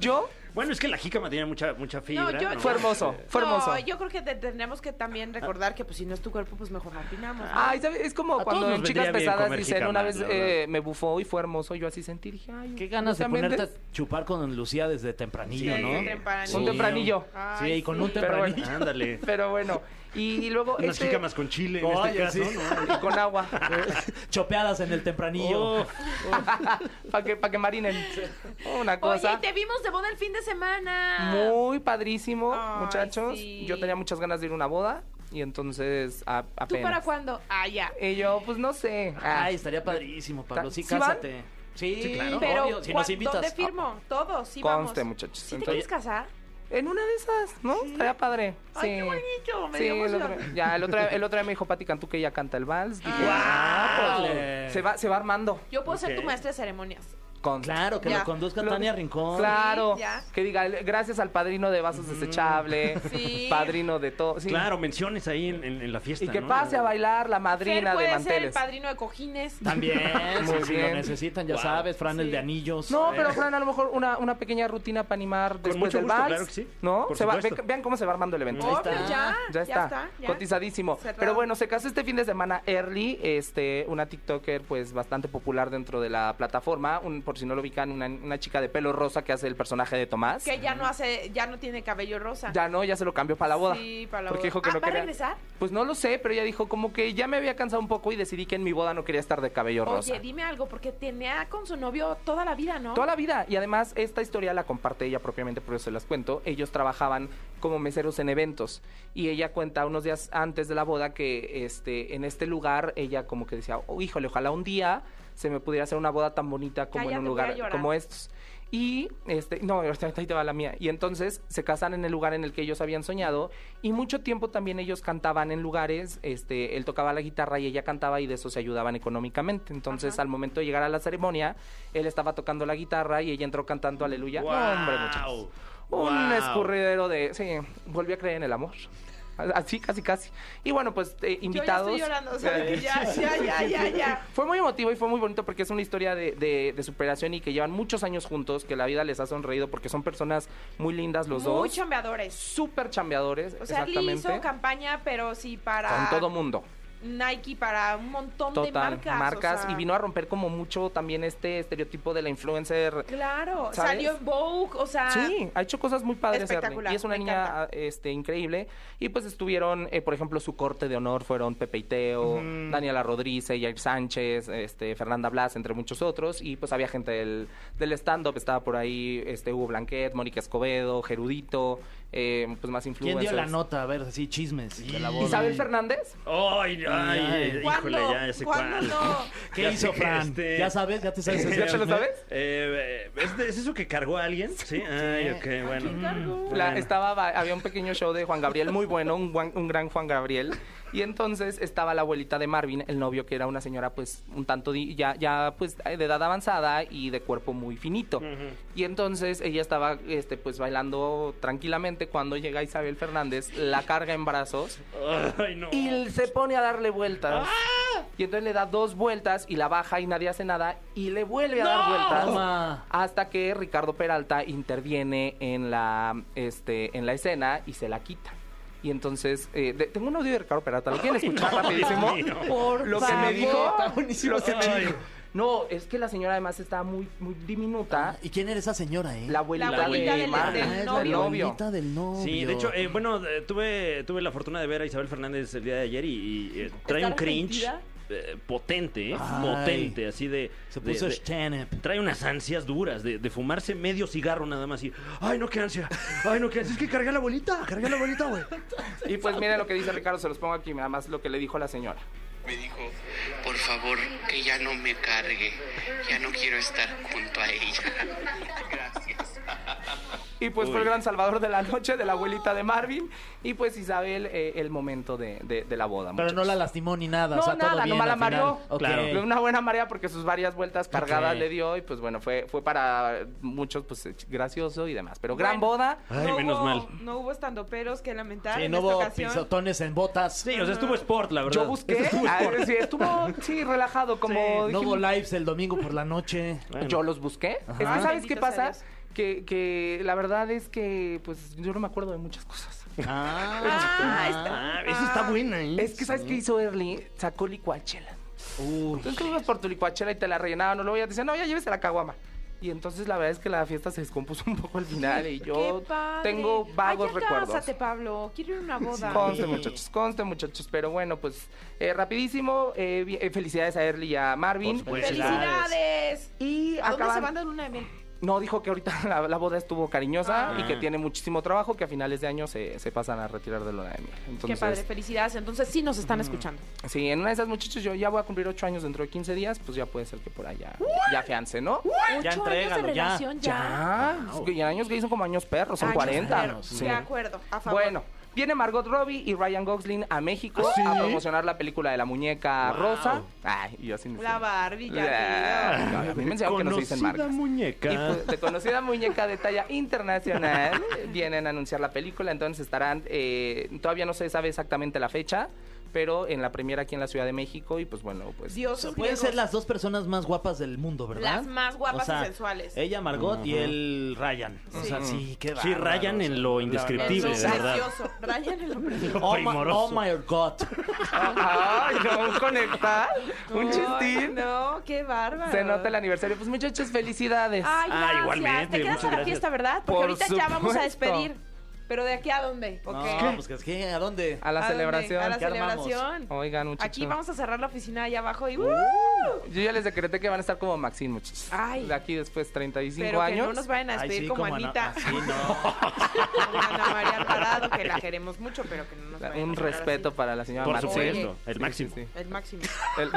Speaker 8: Yo,
Speaker 4: Bueno, es que la jícama tenía mucha, mucha fibra.
Speaker 3: yo-
Speaker 8: fue hermoso, fue hermoso.
Speaker 3: No, yo creo que te- tenemos que también recordar que pues si no es tu cuerpo, pues mejor no opinamos. ¿no?
Speaker 8: Ay, ¿sabes? Es como
Speaker 4: A
Speaker 8: cuando
Speaker 4: todos
Speaker 8: en
Speaker 4: nos
Speaker 8: Chicas
Speaker 4: vendría bien
Speaker 8: Pesadas
Speaker 4: comer
Speaker 8: dicen,
Speaker 4: jicama,
Speaker 8: una vez
Speaker 4: la verdad.
Speaker 8: eh, me bufó y fue hermoso, yo así sentí, dije, ay.
Speaker 9: Qué ganas de
Speaker 8: Lucía
Speaker 9: ponerte
Speaker 8: Méndez,
Speaker 9: a chupar con Lucía desde tempranillo,
Speaker 3: Sí,
Speaker 9: ¿no?
Speaker 3: desde tempranillo.
Speaker 8: Un tempranillo.
Speaker 9: Sí,
Speaker 3: Ay,
Speaker 9: y con un
Speaker 8: Pero bueno.
Speaker 9: tempranillo.
Speaker 4: Ándale.
Speaker 8: Pero bueno, y, y luego...
Speaker 4: Unas
Speaker 8: este-
Speaker 4: jícamas con chile en
Speaker 9: Oye,
Speaker 4: este caso,
Speaker 9: sí.
Speaker 4: ¿no?
Speaker 8: y con agua.
Speaker 9: Chopeadas en el tempranillo.
Speaker 4: Oh,
Speaker 8: para que, pa' que marinen. Una
Speaker 3: Oye,
Speaker 8: cosa.
Speaker 3: y te vimos de boda el fin de semana.
Speaker 8: Muy padrísimo,
Speaker 3: Ay,
Speaker 8: muchachos.
Speaker 3: sí.
Speaker 8: Yo tenía muchas ganas de ir a una boda y entonces a,
Speaker 3: ¿Tú
Speaker 8: apenas.
Speaker 3: para cuándo? Ah, ya.
Speaker 8: Y yo, pues no sé. Ah,
Speaker 9: Ay, estaría padrísimo, Pablo. Sí,
Speaker 8: ¿Sí van?
Speaker 9: cásate. Sí, claro.
Speaker 3: Pero,
Speaker 9: obvio, si
Speaker 3: ¿cuá-
Speaker 9: nos invitas.
Speaker 3: ¿dónde firmo? Todos, sí
Speaker 8: Ah, Conste,
Speaker 3: vamos.
Speaker 8: muchachos.
Speaker 3: ¿Sí te
Speaker 8: Entonces-
Speaker 3: quieres casar?
Speaker 8: en una de esas, ¿no? Estaría padre. Sí.
Speaker 3: Ay, qué bonito, me
Speaker 8: Sí,
Speaker 3: dio
Speaker 8: el
Speaker 3: emoción.
Speaker 8: otro, ya, el otro, el otro día me dijo Pati Cantú que ella canta el vals. Dije,
Speaker 9: Ah,
Speaker 8: ah, pues,
Speaker 9: órale.
Speaker 8: se, va, se va armando.
Speaker 3: Yo puedo ser tu
Speaker 4: Ok.
Speaker 3: maestra de ceremonias.
Speaker 8: Conste.
Speaker 9: Ah, Claro, que
Speaker 3: Ya.
Speaker 9: lo conduzca
Speaker 8: Lo-
Speaker 9: Tania Rincón.
Speaker 8: Claro.
Speaker 3: Sí, ya.
Speaker 8: Que diga, gracias al padrino de vasos desechables,
Speaker 3: Sí.
Speaker 8: padrino de todo. sí.
Speaker 4: Claro, menciones ahí en, en- en la fiesta.
Speaker 8: Y que
Speaker 4: ¿no?
Speaker 8: pase a bailar la
Speaker 3: Fer
Speaker 8: madrina de
Speaker 3: puede ser el
Speaker 8: manteles.
Speaker 3: padrino de cojines.
Speaker 9: También, sí,
Speaker 8: Muy
Speaker 9: si lo
Speaker 8: bien.
Speaker 9: necesitan, ya
Speaker 4: Wow.
Speaker 9: sabes, Fran, el
Speaker 3: Sí.
Speaker 9: de anillos.
Speaker 8: No, pero Fran, a lo mejor una, una pequeña rutina para animar después
Speaker 4: mucho
Speaker 8: del
Speaker 4: gusto,
Speaker 8: vals,
Speaker 4: claro que sí.
Speaker 8: ¿no?
Speaker 4: Por
Speaker 8: Se va-
Speaker 4: supuesto.
Speaker 8: ve- vean cómo se va armando el evento.
Speaker 3: Obvio,
Speaker 9: está.
Speaker 3: ya.
Speaker 8: Ya está,
Speaker 3: ya.
Speaker 8: cotizadísimo.
Speaker 3: Cerrado.
Speaker 8: Pero bueno, se casó este fin de semana Early, este, una TikToker pues bastante popular dentro de la plataforma, un, por si no lo ubican, una, una chica de pelo rosa que hace el personaje de Tomás.
Speaker 3: Que ya no hace, ya no tiene cabello rosa.
Speaker 8: Ya no, ya se lo cambió para la boda.
Speaker 3: Sí, para la
Speaker 8: porque
Speaker 3: boda.
Speaker 8: dijo que
Speaker 3: Ah,
Speaker 8: no
Speaker 3: ¿va a
Speaker 8: quería.
Speaker 3: regresar?
Speaker 8: Pues no lo sé, pero ella dijo como que ya me había cansado un poco y decidí que en mi boda no quería estar de cabello rosa.
Speaker 3: Oye, dime algo, porque tenía con su novio toda la vida, ¿no?
Speaker 8: Toda la vida. Y además, esta historia la comparte ella propiamente, por eso se las cuento. Ellos trabajaban como meseros en eventos. Y ella cuenta unos días antes de la boda que este, en este lugar ella como que decía, oh, híjole, ojalá un día se me pudiera hacer una boda tan bonita como
Speaker 3: Cállate,
Speaker 8: en un
Speaker 3: voy a
Speaker 8: lugar
Speaker 3: llorar.
Speaker 8: como estos. Y, este, no, ahorita- ahí te va la mía. Y entonces se casan en el lugar en el que ellos habían soñado. Y mucho tiempo también ellos cantaban en lugares. Este, él tocaba la guitarra y ella cantaba y de eso se ayudaban económicamente. Entonces, al momento de llegar a la ceremonia, él estaba tocando la guitarra y ella entró cantando Aleluya. No, hombre, muchachos. Un
Speaker 4: Wow.
Speaker 8: escurridero de. Sí, volví a creer en el amor. Así, casi, casi. Y bueno, pues eh, invitados.
Speaker 3: Yo ya estoy llorando, o sea, de que ya, ya, ya, ya, ya.
Speaker 8: Fue muy emotivo y fue muy bonito porque es una historia de, de- de superación y que llevan muchos años juntos, que la vida les ha sonreído porque son personas muy lindas los
Speaker 3: Muy
Speaker 8: dos.
Speaker 3: chambeadores.
Speaker 8: Súper chambeadores,
Speaker 3: O sea, él
Speaker 8: exactamente.
Speaker 3: hizo campaña, pero sí para
Speaker 8: con todo mundo.
Speaker 3: Nike, para un montón de
Speaker 8: Total.
Speaker 3: marcas. o sea.
Speaker 8: y vino a romper como mucho también este estereotipo de la influencer.
Speaker 3: Claro,
Speaker 8: ¿Sabes?
Speaker 3: salió en Vogue, o sea...
Speaker 8: Sí, ha hecho cosas muy padres. Ernie,
Speaker 3: Ah. Espectacular,
Speaker 8: Y es una
Speaker 3: me encanta.
Speaker 8: niña este, increíble. Y pues estuvieron, eh, por ejemplo, su corte de honor fueron Pepe Iteo, Daniela Rodríguez, Jair Sánchez, este, Fernanda Blas, entre muchos otros. Y pues había gente del, del stand-up, estaba por ahí este, Hugo Blanquet, Mónica Escobedo, Gerudito, eh, pues más
Speaker 9: ¿Quién
Speaker 8: influencers.
Speaker 9: dio la nota? A ver, así chismes de la boda.
Speaker 8: Isabel Fernández.
Speaker 4: Ay, ay,
Speaker 9: Ay.
Speaker 4: híjole,
Speaker 3: ¿Cuándo?
Speaker 4: ya sé
Speaker 3: ¿Cuándo
Speaker 4: cuál.
Speaker 3: no?
Speaker 2: ¿Qué
Speaker 4: Ya sé
Speaker 2: hizo
Speaker 4: que
Speaker 2: Fran?
Speaker 4: este-
Speaker 2: Ya sabes, ya te sabes. ese
Speaker 8: ¿Ya te lo
Speaker 2: chisme.
Speaker 8: sabes?
Speaker 4: Eh, eh, ¿es, de- es eso que cargó a alguien? Sí. Ay, ok, bueno.
Speaker 8: La-
Speaker 4: Bueno.
Speaker 8: estaba, ba- había un pequeño show de Juan Gabriel muy bueno, un, guan- un gran Juan Gabriel. Y entonces estaba la abuelita de Marvin, el novio, que era una señora, pues, un tanto di- ya, ya, pues, eh, de edad avanzada y de cuerpo muy finito. Y entonces ella estaba, este, pues, bailando tranquilamente cuando llega Isabel Fernández, la carga en brazos
Speaker 4: Ay, no.
Speaker 8: y se pone a darle vueltas. Y entonces le da dos vueltas y la baja y nadie hace nada y le vuelve a dar vueltas
Speaker 9: Toma.
Speaker 8: hasta que Ricardo Peralta interviene en la este en la escena y se la quita. Y entonces eh, de- tengo un audio de Ricardo Peralta, lo quieren escuchar rapidísimo.
Speaker 4: Dios mío.
Speaker 8: Por lo que me
Speaker 9: favor.
Speaker 8: dijo,
Speaker 9: Está buenísimo.
Speaker 8: lo que me
Speaker 4: Ay.
Speaker 8: dijo. No, es que la señora además está muy muy
Speaker 2: ah,
Speaker 8: diminuta.
Speaker 9: ¿Y quién era esa señora, eh?
Speaker 8: La abuelita,
Speaker 3: La abuelita
Speaker 8: de
Speaker 3: del-
Speaker 8: Marvin,
Speaker 3: del
Speaker 9: Ah, es
Speaker 3: novio.
Speaker 9: La abuelita del novio.
Speaker 4: Sí, de hecho, eh, bueno, eh, tuve, tuve la fortuna de ver a Isabel Fernández el día de ayer y, y, eh, trae
Speaker 3: ¿Está
Speaker 4: un cringe
Speaker 3: arrepentida?
Speaker 4: eh, potente, eh,
Speaker 9: Ay.
Speaker 4: potente, así de...
Speaker 9: Se
Speaker 4: de-
Speaker 9: puso
Speaker 4: de-
Speaker 9: stand-up.
Speaker 4: Trae unas ansias duras de, de fumarse medio cigarro nada más y... ¡Ay, no, qué ansia! ¡Ay, no, qué ansia! Es que cargué a la abuelita, cargué a la abuelita, güey.
Speaker 8: Y pues miren lo que dice Ricardo, se los pongo aquí, nada más lo que le dijo la señora.
Speaker 10: Me dijo, por favor, que ya no me cargue. Ya no quiero estar junto a ella. Gracias.
Speaker 8: Y pues fue
Speaker 4: Uy.
Speaker 8: el gran salvador de la noche, de la abuelita de Marvin. Y pues Isabel, eh, el momento de, de- de la boda.
Speaker 2: Pero
Speaker 8: muchachos.
Speaker 2: no la lastimó ni nada.
Speaker 8: No,
Speaker 2: o sea, todo
Speaker 8: nada,
Speaker 2: bien,
Speaker 8: nomás la
Speaker 2: al final.
Speaker 8: mareó.
Speaker 2: Ok.
Speaker 4: Claro.
Speaker 8: Una buena marea porque sus varias vueltas cargadas
Speaker 9: Ok.
Speaker 8: le dio. Y pues bueno, fue, fue para muchos pues eh, gracioso y demás. Pero gran
Speaker 3: Bueno.
Speaker 8: boda.
Speaker 4: Ay,
Speaker 3: no
Speaker 4: menos
Speaker 3: hubo,
Speaker 4: mal.
Speaker 3: No hubo estandoperos que lamentar
Speaker 2: Sí,
Speaker 3: en
Speaker 2: no
Speaker 3: esta
Speaker 2: hubo
Speaker 3: ocasión.
Speaker 2: pisotones en botas.
Speaker 4: Sí, o sea, estuvo sport, la verdad.
Speaker 8: Yo busqué.
Speaker 4: Estuvo
Speaker 8: ah,
Speaker 4: sport.
Speaker 8: sí, estuvo, sí, relajado. Como
Speaker 2: Sí, no
Speaker 8: dijimos.
Speaker 2: hubo lives el domingo por la noche.
Speaker 4: Bueno.
Speaker 8: Yo los busqué. Es
Speaker 3: Ajá.
Speaker 8: que ¿sabes
Speaker 3: Bendito
Speaker 8: qué
Speaker 3: sea
Speaker 8: pasa? Que, que la verdad es que pues yo no me acuerdo de muchas cosas.
Speaker 2: Ah,
Speaker 3: Ah, está.
Speaker 4: Ah, eso está buena, ¿eh?
Speaker 8: Es que, ¿sabes qué hizo Erly? Sacó licuachela. Entonces tú ibas por tu licuachela y te la rellenaban, no luego ya te decían, no, ya llévese la caguama. Y entonces la verdad es que la fiesta se descompuso un poco al final y yo
Speaker 3: Qué padre.
Speaker 8: tengo vagos
Speaker 3: Ay, ya
Speaker 8: recuerdos.
Speaker 3: cásate, Pablo. Quiero ir a una boda.
Speaker 8: Conste muchachos, conste muchachos, pero bueno, pues eh, rapidísimo, eh, bien- eh, felicidades a Erly y a Marvin.
Speaker 4: Por supuesto.
Speaker 3: ¡Felicidades!
Speaker 8: Y
Speaker 3: ¿A dónde se
Speaker 8: acaban-
Speaker 3: van de luna de miel?
Speaker 8: No, dijo que ahorita la, la boda estuvo cariñosa
Speaker 4: Ah.
Speaker 8: y que tiene muchísimo trabajo, que a finales de año se, se pasan a retirar de luna de miel.
Speaker 3: Qué
Speaker 8: Entonces, Mm.
Speaker 3: padre, felicidades. Entonces sí nos están escuchando.
Speaker 8: Sí, en una de esas muchachos yo ya voy a cumplir ocho años dentro de 15 días, pues ya puede ser que por allá ya fiance, ¿no?
Speaker 9: Ya
Speaker 3: Ocho años
Speaker 9: entrégalo,
Speaker 3: de
Speaker 9: ya,
Speaker 3: relación ya.
Speaker 8: Ah, es que ya años gays son como años perros, son
Speaker 3: Años
Speaker 8: 40.
Speaker 3: de-
Speaker 8: Sí.
Speaker 3: De acuerdo, a favor. ¿Ah,
Speaker 8: Bueno, viene Margot Robbie y Ryan Gosling a México a promocionar la película de la muñeca rosa. Ay, y yo así me
Speaker 3: La Barbie, ya te digo.
Speaker 8: Ah, A mí me enseñaron que no se dicen
Speaker 4: Conocida
Speaker 8: marcas.
Speaker 4: muñeca.
Speaker 8: Y pues, de conocida muñeca de talla internacional vienen a anunciar la película, entonces estarán, eh, todavía no se sabe exactamente la fecha, pero en la premiera aquí en la Ciudad de México y pues bueno, pues...
Speaker 3: Dioses
Speaker 2: Pueden
Speaker 3: griegos.
Speaker 2: ser las dos personas más guapas del mundo, ¿verdad?
Speaker 3: Las más guapas y sensuales.
Speaker 2: Ella Margot y él Ryan. O sea,
Speaker 8: Sí.
Speaker 2: sí, qué
Speaker 4: Sí,
Speaker 2: bárbaro.
Speaker 4: rayan en lo
Speaker 3: En
Speaker 4: indescriptible,
Speaker 3: lo
Speaker 4: de verdad.
Speaker 3: precioso. Brian en lo precioso.
Speaker 2: Oh, my, oh
Speaker 4: Primoroso.
Speaker 2: my God.
Speaker 8: ¡Ay, no! ¿Un conectar?
Speaker 3: Ay,
Speaker 8: ¿Un chistín?
Speaker 3: No, qué bárbaro.
Speaker 8: Se nota el aniversario. Pues muchachos, felicidades.
Speaker 3: Ay,
Speaker 4: Ah,
Speaker 3: gracias.
Speaker 4: igualmente,
Speaker 3: Te quedas
Speaker 4: muchas
Speaker 3: a la
Speaker 4: gracias.
Speaker 3: fiesta, ¿verdad? Porque
Speaker 8: Por
Speaker 3: ahorita ya vamos a
Speaker 8: supuesto.
Speaker 3: despedir. Pero de aquí a dónde? ¿O qué?
Speaker 2: No, pues ¿qué? ¿a dónde?
Speaker 8: a
Speaker 3: ¿A
Speaker 8: la
Speaker 3: dónde?
Speaker 8: celebración.
Speaker 3: A la
Speaker 8: ¿Qué armamos?
Speaker 3: celebración.
Speaker 8: Oigan, muchachos.
Speaker 3: Aquí vamos a cerrar la oficina allá abajo y ¡uh!
Speaker 8: Yo ya les decreté que van a estar como Maxine, muchachos.
Speaker 3: Ay.
Speaker 8: De aquí después 35
Speaker 3: Pero que
Speaker 8: años.
Speaker 3: no nos vayan a
Speaker 2: Ay,
Speaker 3: despedir
Speaker 2: sí,
Speaker 3: como
Speaker 2: cómo no.
Speaker 3: Anita.
Speaker 2: Así no.
Speaker 3: Como Ana María Alvarado, que la queremos mucho, pero que no nos vayan a
Speaker 8: Un
Speaker 3: hablar
Speaker 8: respeto
Speaker 3: así.
Speaker 8: para la señora
Speaker 4: Por
Speaker 8: Marcela.
Speaker 4: supuesto, el
Speaker 8: Sí,
Speaker 4: máximo.
Speaker 8: sí,
Speaker 3: El máximo.
Speaker 8: sí. El-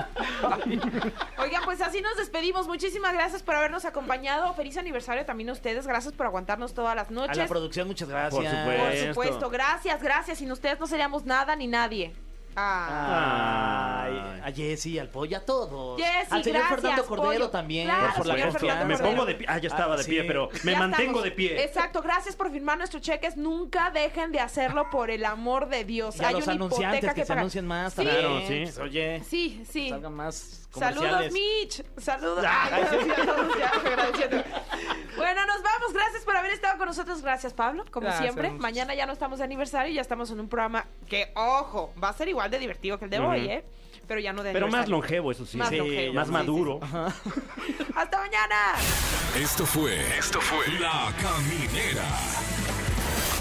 Speaker 8: Ay.
Speaker 3: Oigan, pues así nos despedimos. Muchísimas gracias por habernos acompañado. Feliz aniversario también a ustedes. Gracias por aguantarnos todas las
Speaker 9: A la
Speaker 3: noches.
Speaker 9: producción, muchas gracias.
Speaker 4: Por supuesto.
Speaker 3: Por supuesto, gracias, gracias. Sin ustedes no seríamos nada ni nadie. Ah.
Speaker 9: Ay, a Jessy, al pollo, a todos.
Speaker 3: Jessy,
Speaker 9: al señor
Speaker 3: gracias,
Speaker 9: Fernando Cordero
Speaker 3: Pollo.
Speaker 9: también.
Speaker 2: Ah,
Speaker 3: Claro,
Speaker 2: pues
Speaker 9: por la
Speaker 3: señor
Speaker 9: confianza.
Speaker 3: Fernando
Speaker 4: Me
Speaker 3: Cordero.
Speaker 4: pongo de pie. Ah, ya estaba
Speaker 9: Ah,
Speaker 4: de pie,
Speaker 9: sí.
Speaker 4: pero me
Speaker 3: Ya
Speaker 4: mantengo
Speaker 3: estamos.
Speaker 4: de pie.
Speaker 3: Exacto, gracias por firmar nuestros cheques. Nunca dejen de hacerlo por el amor de Dios.
Speaker 9: Y a
Speaker 3: Hay
Speaker 9: los
Speaker 3: una
Speaker 9: anunciantes
Speaker 3: hipoteca
Speaker 9: que,
Speaker 3: que,
Speaker 9: se
Speaker 3: pagar.
Speaker 9: anuncien más.
Speaker 3: Sí.
Speaker 9: también,
Speaker 4: Claro, sí.
Speaker 9: pues, oye,
Speaker 3: Sí, sí.
Speaker 9: salgan más
Speaker 3: Saludos,
Speaker 9: comerciales.
Speaker 3: Mitch. Saludos. Ay, ya, saludos, ya, agradeciendo. Bueno, nos vamos. Gracias por haber estado con nosotros. Gracias, Pablo. Como
Speaker 8: Gracias,
Speaker 3: siempre,
Speaker 8: muchachos.
Speaker 3: mañana ya no estamos de aniversario y ya estamos en un programa que, ojo, va a ser igual de divertido que el de hoy, ¿eh? Pero ya no de
Speaker 4: Pero más
Speaker 3: aniversario.
Speaker 4: longevo, eso sí.
Speaker 3: Más
Speaker 4: Sí,
Speaker 3: longevo,
Speaker 4: más
Speaker 3: sí,
Speaker 4: maduro.
Speaker 3: ¡Hasta mañana!
Speaker 1: Esto fue. Esto fue. La Caminera.